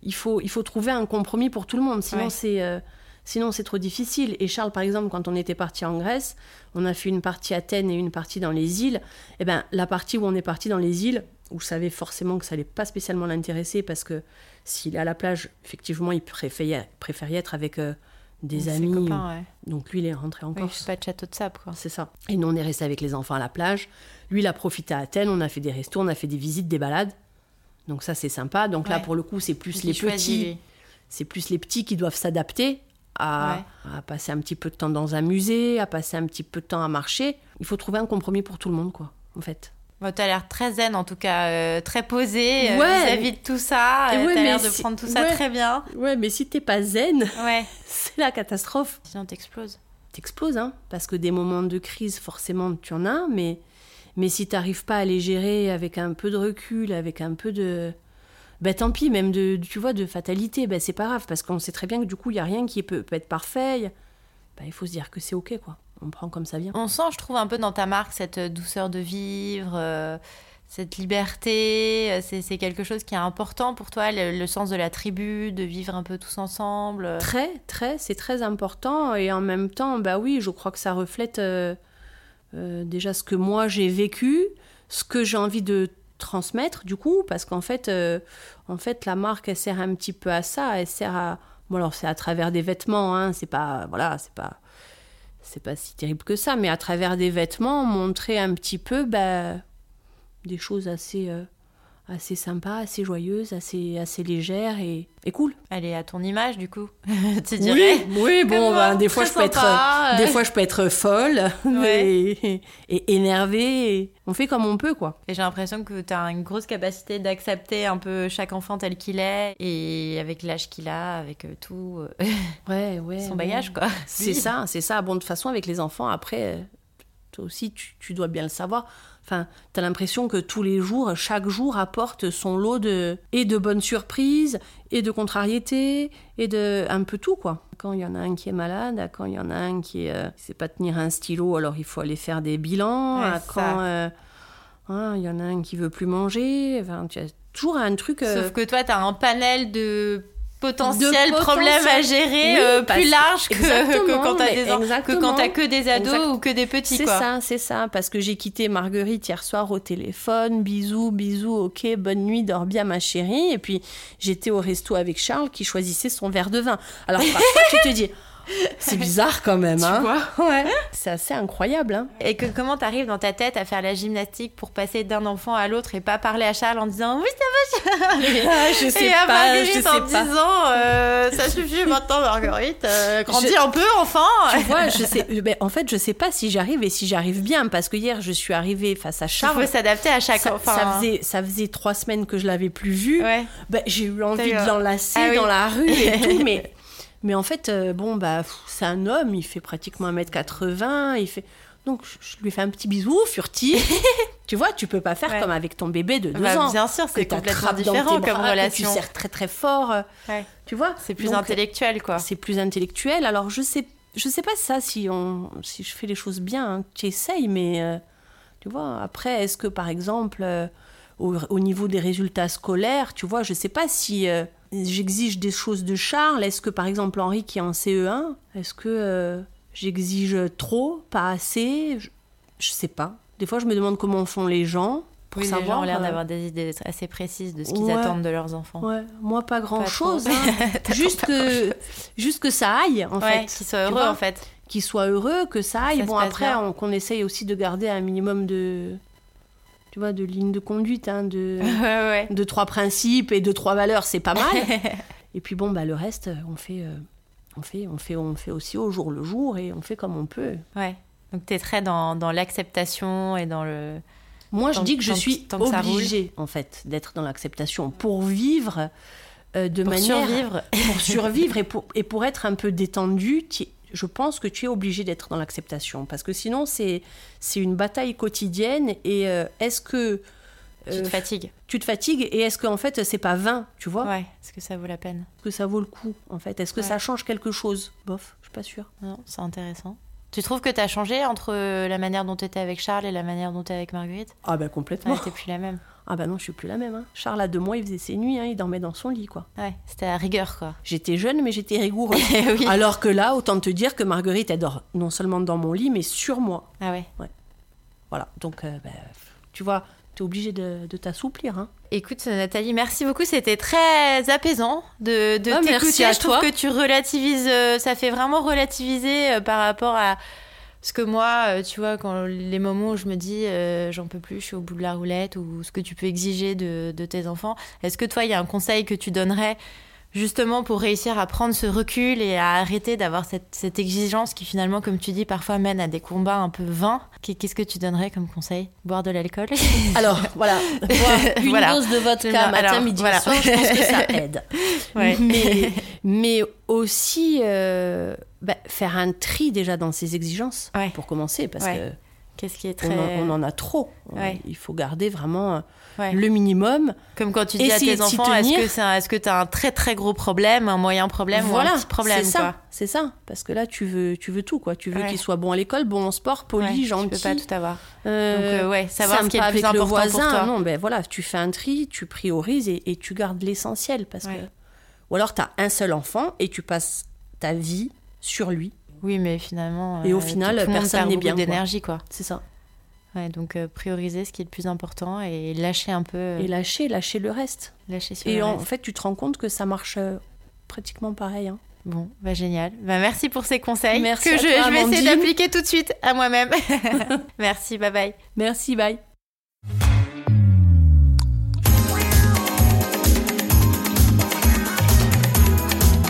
[SPEAKER 2] Il faut, il faut trouver un compromis pour tout le monde, sinon
[SPEAKER 1] Ouais.
[SPEAKER 2] c'est euh, sinon c'est trop difficile. Et Charles, par exemple, quand on était parti en Grèce, on a fait une partie à Athènes et une partie dans les îles. Eh ben, la partie où on est parti dans les îles, vous savez forcément que ça n'allait pas spécialement l'intéresser parce que s'il est à la plage, effectivement, il préfère, préfère y être avec euh, des
[SPEAKER 1] ses
[SPEAKER 2] amis.
[SPEAKER 1] copains, ouais.
[SPEAKER 2] Donc lui, il est rentré en
[SPEAKER 1] Oui, je
[SPEAKER 2] Corse.
[SPEAKER 1] suis pas de château de sable, quoi.
[SPEAKER 2] C'est ça. Et nous, on est resté avec les enfants à la plage. Lui, il a profité à Athènes. On a fait des restos, on a fait des visites, des balades. Donc ça, c'est sympa. Donc là,
[SPEAKER 1] Ouais.
[SPEAKER 2] pour le coup, c'est plus
[SPEAKER 1] Donc,
[SPEAKER 2] les
[SPEAKER 1] il choisit,
[SPEAKER 2] petits.
[SPEAKER 1] lui.
[SPEAKER 2] C'est plus les petits qui doivent s'adapter à, à passer un petit peu de temps dans un musée, à passer un petit peu de temps à marcher. Il faut trouver un compromis pour tout le monde, quoi, en fait.
[SPEAKER 1] Bon, t'as l'air très zen, en tout cas, euh, très posée euh,
[SPEAKER 2] Ouais.
[SPEAKER 1] vis-à-vis de tout ça.
[SPEAKER 2] Et
[SPEAKER 1] Euh,
[SPEAKER 2] ouais,
[SPEAKER 1] t'as
[SPEAKER 2] mais
[SPEAKER 1] l'air de
[SPEAKER 2] c'est-
[SPEAKER 1] prendre tout ça
[SPEAKER 2] ouais.
[SPEAKER 1] très bien.
[SPEAKER 2] Ouais, mais si t'es pas zen,
[SPEAKER 1] Ouais,
[SPEAKER 2] c'est la catastrophe.
[SPEAKER 1] sinon t'exploses.
[SPEAKER 2] T'exploses, hein. Parce que des moments de crise, forcément, tu en as, mais, mais si t'arrives pas à les gérer avec un peu de recul, avec un peu de. Bah tant pis, même de, tu vois, de fatalité, bah c'est pas grave, parce qu'on sait très bien que du coup, il y a rien qui peut, peut être parfait. Y a- Bah, il faut se dire que c'est ok, quoi. On prend comme ça vient.
[SPEAKER 1] On sent, je trouve, un peu dans ta marque cette euh, douceur de vivre, euh, cette liberté. euh, C'est, c'est quelque chose qui est important pour toi, le, le sens de la tribu, de vivre un peu tous ensemble. euh.
[SPEAKER 2] Très, très, c'est très important, et en même temps, bah oui, je crois que ça reflète euh, euh, déjà ce que moi j'ai vécu, ce que j'ai envie de transmettre du coup parce qu'en fait euh, en fait la marque elle sert un petit peu à ça elle sert à bon alors c'est à travers des vêtements hein, c'est pas voilà c'est pas c'est pas si terrible que ça mais à travers des vêtements montrer un petit peu bah, des choses assez euh, assez sympas assez joyeuses assez assez légères et, et cool
[SPEAKER 1] Elle est à ton image, du coup, tu dirais.
[SPEAKER 2] oui oui bon
[SPEAKER 1] Comme
[SPEAKER 2] bah,
[SPEAKER 1] moi,
[SPEAKER 2] des fois
[SPEAKER 1] très
[SPEAKER 2] je peux être
[SPEAKER 1] sympa, euh.
[SPEAKER 2] des fois, je peux être folle
[SPEAKER 1] Ouais.
[SPEAKER 2] et, et énervée. et on fait comme on peut, quoi.
[SPEAKER 1] Et j'ai l'impression que tu as une grosse capacité d'accepter un peu chaque enfant tel qu'il est et avec l'âge qu'il a, avec euh, tout, euh,
[SPEAKER 2] Ouais, ouais.
[SPEAKER 1] son bagage, quoi.
[SPEAKER 2] C'est ça, c'est ça. Bon, de toute façon, avec les enfants, après, euh, de toute toi aussi, tu, tu dois bien le savoir. Enfin, t'as l'impression que tous les jours, chaque jour apporte son lot de et de bonnes surprises et de contrariétés et de un peu tout quoi. Quand il y en a un qui est malade, à quand il y en a un qui ne sait pas tenir un stylo, alors il faut aller faire des bilans.
[SPEAKER 1] Ouais,
[SPEAKER 2] à
[SPEAKER 1] ça.
[SPEAKER 2] quand euh, ah, il y en a un qui veut plus manger. Enfin, tu as toujours un truc. euh,
[SPEAKER 1] Sauf que toi, t'as un panel de potentiels
[SPEAKER 2] potentiels.
[SPEAKER 1] problèmes à gérer
[SPEAKER 2] Oui,
[SPEAKER 1] euh,
[SPEAKER 2] parce-
[SPEAKER 1] plus large que, que
[SPEAKER 2] Exactement,
[SPEAKER 1] quand t'as
[SPEAKER 2] mais
[SPEAKER 1] des en- que quand
[SPEAKER 2] exactement.
[SPEAKER 1] t'as que des ados
[SPEAKER 2] Exact-
[SPEAKER 1] ou que des petits
[SPEAKER 2] C'est
[SPEAKER 1] quoi.
[SPEAKER 2] ça, c'est ça. Parce que j'ai quitté Marguerite hier soir au téléphone. Bisous, bisous, ok, bonne nuit, dors bien ma chérie. Et puis j'étais au resto avec Charles qui choisissait son verre de vin. Alors parfois tu te dis, c'est bizarre quand même.
[SPEAKER 1] Tu
[SPEAKER 2] hein.
[SPEAKER 1] vois
[SPEAKER 2] Ouais. C'est assez incroyable. hein.
[SPEAKER 1] Et que comment t'arrives dans ta tête à faire la gymnastique pour passer d'un enfant à l'autre et pas parler à Charles en disant oui
[SPEAKER 2] Ah, je
[SPEAKER 1] c'est
[SPEAKER 2] sais
[SPEAKER 1] à
[SPEAKER 2] pas, je
[SPEAKER 1] Marguerite
[SPEAKER 2] sais
[SPEAKER 1] en
[SPEAKER 2] pas.
[SPEAKER 1] disant euh, ça suffit maintenant Marguerite euh, grandis un peu enfant.
[SPEAKER 2] Tu vois, je sais. ben, en fait, je sais pas si j'arrive et si j'arrive bien parce que hier je suis arrivée face à
[SPEAKER 1] Il faut
[SPEAKER 2] Charles.
[SPEAKER 1] s'adapter à chaque
[SPEAKER 2] Ça,
[SPEAKER 1] enfant.
[SPEAKER 2] ça faisait, ça faisait trois semaines que je l'avais plus vu.
[SPEAKER 1] Ouais.
[SPEAKER 2] Bah, j'ai eu
[SPEAKER 1] T'as eu
[SPEAKER 2] envie
[SPEAKER 1] un-
[SPEAKER 2] de l'enlacer
[SPEAKER 1] Ah oui.
[SPEAKER 2] dans la rue et tout, mais, mais en fait, euh, bon, bah, pff, c'est un homme, il fait pratiquement 1m80, il fait... Donc, je- je lui fais un petit bisou furtif. tu vois, tu peux pas faire
[SPEAKER 1] Ouais.
[SPEAKER 2] comme avec ton bébé de 2
[SPEAKER 1] Bah,
[SPEAKER 2] ans.
[SPEAKER 1] bien sûr,
[SPEAKER 2] que
[SPEAKER 1] c'est complètement
[SPEAKER 2] t'attrapes dans tes
[SPEAKER 1] différent
[SPEAKER 2] bras,
[SPEAKER 1] comme
[SPEAKER 2] que
[SPEAKER 1] relation.
[SPEAKER 2] Tu serres très très fort. euh,
[SPEAKER 1] Ouais.
[SPEAKER 2] Tu vois
[SPEAKER 1] C'est plus
[SPEAKER 2] Donc, euh,
[SPEAKER 1] intellectuel quoi.
[SPEAKER 2] C'est plus intellectuel. Alors, je sais, je sais pas ça si, on, si je fais les choses bien. hein. J'essaye, mais euh, tu vois, après, est-ce que par exemple, euh, au, au niveau des résultats scolaires, tu vois, je sais pas si euh, j'exige des choses de Charles. Est-ce que par exemple, Henri qui est en CE1, est-ce que euh, j'exige trop, pas assez je, je sais pas. Des fois, je me demande comment font les gens pour
[SPEAKER 1] Oui, les gens
[SPEAKER 2] savoir.
[SPEAKER 1] ont l'air
[SPEAKER 2] euh,
[SPEAKER 1] d'avoir des idées assez précises de ce qu'ils
[SPEAKER 2] ouais.
[SPEAKER 1] attendent de leurs enfants.
[SPEAKER 2] ouais, moi, pas grand chose.
[SPEAKER 1] trop.
[SPEAKER 2] juste, que, juste que ça aille, en
[SPEAKER 1] Ouais,
[SPEAKER 2] fait.
[SPEAKER 1] qu'ils soient
[SPEAKER 2] tu
[SPEAKER 1] heureux
[SPEAKER 2] vois.
[SPEAKER 1] en fait.
[SPEAKER 2] qu'ils soient heureux, que ça aille.
[SPEAKER 1] se
[SPEAKER 2] bon,
[SPEAKER 1] passe
[SPEAKER 2] après,
[SPEAKER 1] bien.
[SPEAKER 2] on- qu'on essaye aussi de garder un minimum de, tu vois, de ligne de conduite, hein, de,
[SPEAKER 1] ouais,
[SPEAKER 2] de trois principes et de trois valeurs, c'est pas mal. et puis bon, bah le reste, on fait, euh, on fait, on fait, on fait aussi au jour le jour et on fait comme on peut.
[SPEAKER 1] ouais. Donc t'es très dans, dans l'acceptation et dans le...
[SPEAKER 2] Moi,
[SPEAKER 1] Tant
[SPEAKER 2] je dis
[SPEAKER 1] que-
[SPEAKER 2] que je
[SPEAKER 1] tant que-
[SPEAKER 2] suis
[SPEAKER 1] tant que ça roule.
[SPEAKER 2] obligée, en fait, d'être dans l'acceptation pour vivre euh, de
[SPEAKER 1] Pour
[SPEAKER 2] manière
[SPEAKER 1] survivre.
[SPEAKER 2] pour survivre et pour, et pour être un peu détendu, tu- je pense que tu es obligé d'être dans l'acceptation. Parce que sinon, c'est c'est une bataille quotidienne. Et euh, est-ce que
[SPEAKER 1] tu
[SPEAKER 2] euh,
[SPEAKER 1] te fatigues.
[SPEAKER 2] tu te fatigues Et est-ce qu'en fait, c'est pas vain, tu vois
[SPEAKER 1] Ouais. Est-ce que ça vaut la peine
[SPEAKER 2] Est-ce que ça vaut le coup, en fait Est-ce que
[SPEAKER 1] Ouais.
[SPEAKER 2] ça change quelque chose Bof, je suis pas sûre.
[SPEAKER 1] Non, c'est intéressant. Tu trouves que t'as changé entre la manière dont t'étais avec Charles et la manière dont t'es avec Marguerite
[SPEAKER 2] Ah ben
[SPEAKER 1] Ouais,
[SPEAKER 2] complètement.
[SPEAKER 1] t'es plus la même.
[SPEAKER 2] Ah ben non, je suis plus la même. hein. Charles, à deux mois, il faisait ses nuits, hein, il dormait dans son lit, quoi.
[SPEAKER 1] Ouais, c'était à rigueur, quoi. Ah
[SPEAKER 2] J'étais jeune, mais j'étais rigoureuse.
[SPEAKER 1] oui.
[SPEAKER 2] Alors que là, autant te dire que Marguerite, elle dort non seulement dans mon lit, mais sur moi.
[SPEAKER 1] Ah ouais.
[SPEAKER 2] Voilà, donc euh, bah, tu vois, tu es obligé de, de t'assouplir. hein.
[SPEAKER 1] Écoute, Nathalie, merci beaucoup. C'était très apaisant de, de
[SPEAKER 2] Ah, merci
[SPEAKER 1] t'écouter.
[SPEAKER 2] à
[SPEAKER 1] Je trouve
[SPEAKER 2] toi.
[SPEAKER 1] que tu relativises, euh, ça fait vraiment relativiser euh, par rapport à ce que moi, euh, tu vois, quand les moments où je me dis euh, j'en peux plus, je suis au bout de la roulette, ou ce que tu peux exiger de, de tes enfants. Est-ce que toi, il y a un conseil que tu donnerais justement pour réussir à prendre ce recul et à arrêter d'avoir cette, cette exigence qui finalement, comme tu dis, parfois mène à des combats un peu vains Qu'est- Qu'est-ce que tu donnerais comme conseil Boire de l'alcool
[SPEAKER 2] Alors, voilà, boire une
[SPEAKER 1] Voilà.
[SPEAKER 2] dose de
[SPEAKER 1] C'est
[SPEAKER 2] vodka
[SPEAKER 1] bien.
[SPEAKER 2] matin,
[SPEAKER 1] Alors,
[SPEAKER 2] midi,
[SPEAKER 1] voilà.
[SPEAKER 2] soir, je pense que ça aide.
[SPEAKER 1] Ouais.
[SPEAKER 2] mais, mais aussi euh, bah, faire un tri déjà dans ses exigences,
[SPEAKER 1] Ouais.
[SPEAKER 2] pour commencer, parce
[SPEAKER 1] Ouais. Qu'est-ce qui est
[SPEAKER 2] que
[SPEAKER 1] très...
[SPEAKER 2] qu'on en, on en a trop. On-
[SPEAKER 1] Ouais.
[SPEAKER 2] Il faut garder vraiment
[SPEAKER 1] Ouais.
[SPEAKER 2] le minimum.
[SPEAKER 1] Comme quand tu dis
[SPEAKER 2] Essayer
[SPEAKER 1] à tes
[SPEAKER 2] de s'y
[SPEAKER 1] enfants, est-ce
[SPEAKER 2] tenir.
[SPEAKER 1] que c'est un- est-ce que t'as un très très gros problème, un moyen problème ou
[SPEAKER 2] voilà,
[SPEAKER 1] un petit problème
[SPEAKER 2] c'est ça, c'est ça. Parce que là, tu veux, tu veux tout, quoi. Tu veux
[SPEAKER 1] Ouais.
[SPEAKER 2] qu'il soit bon à l'école, bon en sport,
[SPEAKER 1] quoi.
[SPEAKER 2] poli,
[SPEAKER 1] Ouais,
[SPEAKER 2] gentil.
[SPEAKER 1] Tu peux pas tout avoir.
[SPEAKER 2] euh,
[SPEAKER 1] Donc euh, ouais, savoir ce
[SPEAKER 2] sympa
[SPEAKER 1] qui est le plus
[SPEAKER 2] avec
[SPEAKER 1] important
[SPEAKER 2] le voisin.
[SPEAKER 1] pour toi.
[SPEAKER 2] Non, ben voilà, tu fais un tri, tu priorises et, et tu gardes l'essentiel parce que.
[SPEAKER 1] Ouais.
[SPEAKER 2] Ou alors tu as un seul enfant et tu passes ta vie sur lui.
[SPEAKER 1] Oui, mais finalement.
[SPEAKER 2] Et au
[SPEAKER 1] euh,
[SPEAKER 2] final,
[SPEAKER 1] tout le monde
[SPEAKER 2] personne
[SPEAKER 1] perd
[SPEAKER 2] n'est
[SPEAKER 1] beaucoup
[SPEAKER 2] bien, quoi.
[SPEAKER 1] d'énergie quoi.
[SPEAKER 2] C'est ça.
[SPEAKER 1] Ouais, donc euh, prioriser ce qui est le plus important et lâcher un peu, euh,
[SPEAKER 2] Et lâcher, lâcher le reste.
[SPEAKER 1] lâcher sur
[SPEAKER 2] et
[SPEAKER 1] le
[SPEAKER 2] en
[SPEAKER 1] reste.
[SPEAKER 2] fait, tu te rends compte que ça marche euh, pratiquement pareil. hein.
[SPEAKER 1] Bon, bah génial. Bah merci pour ces conseils
[SPEAKER 2] Merci
[SPEAKER 1] que
[SPEAKER 2] à
[SPEAKER 1] je,
[SPEAKER 2] toi,
[SPEAKER 1] je vais essayer
[SPEAKER 2] Amandine.
[SPEAKER 1] d'appliquer tout de suite à moi-même. merci, bye bye.
[SPEAKER 2] Merci, bye.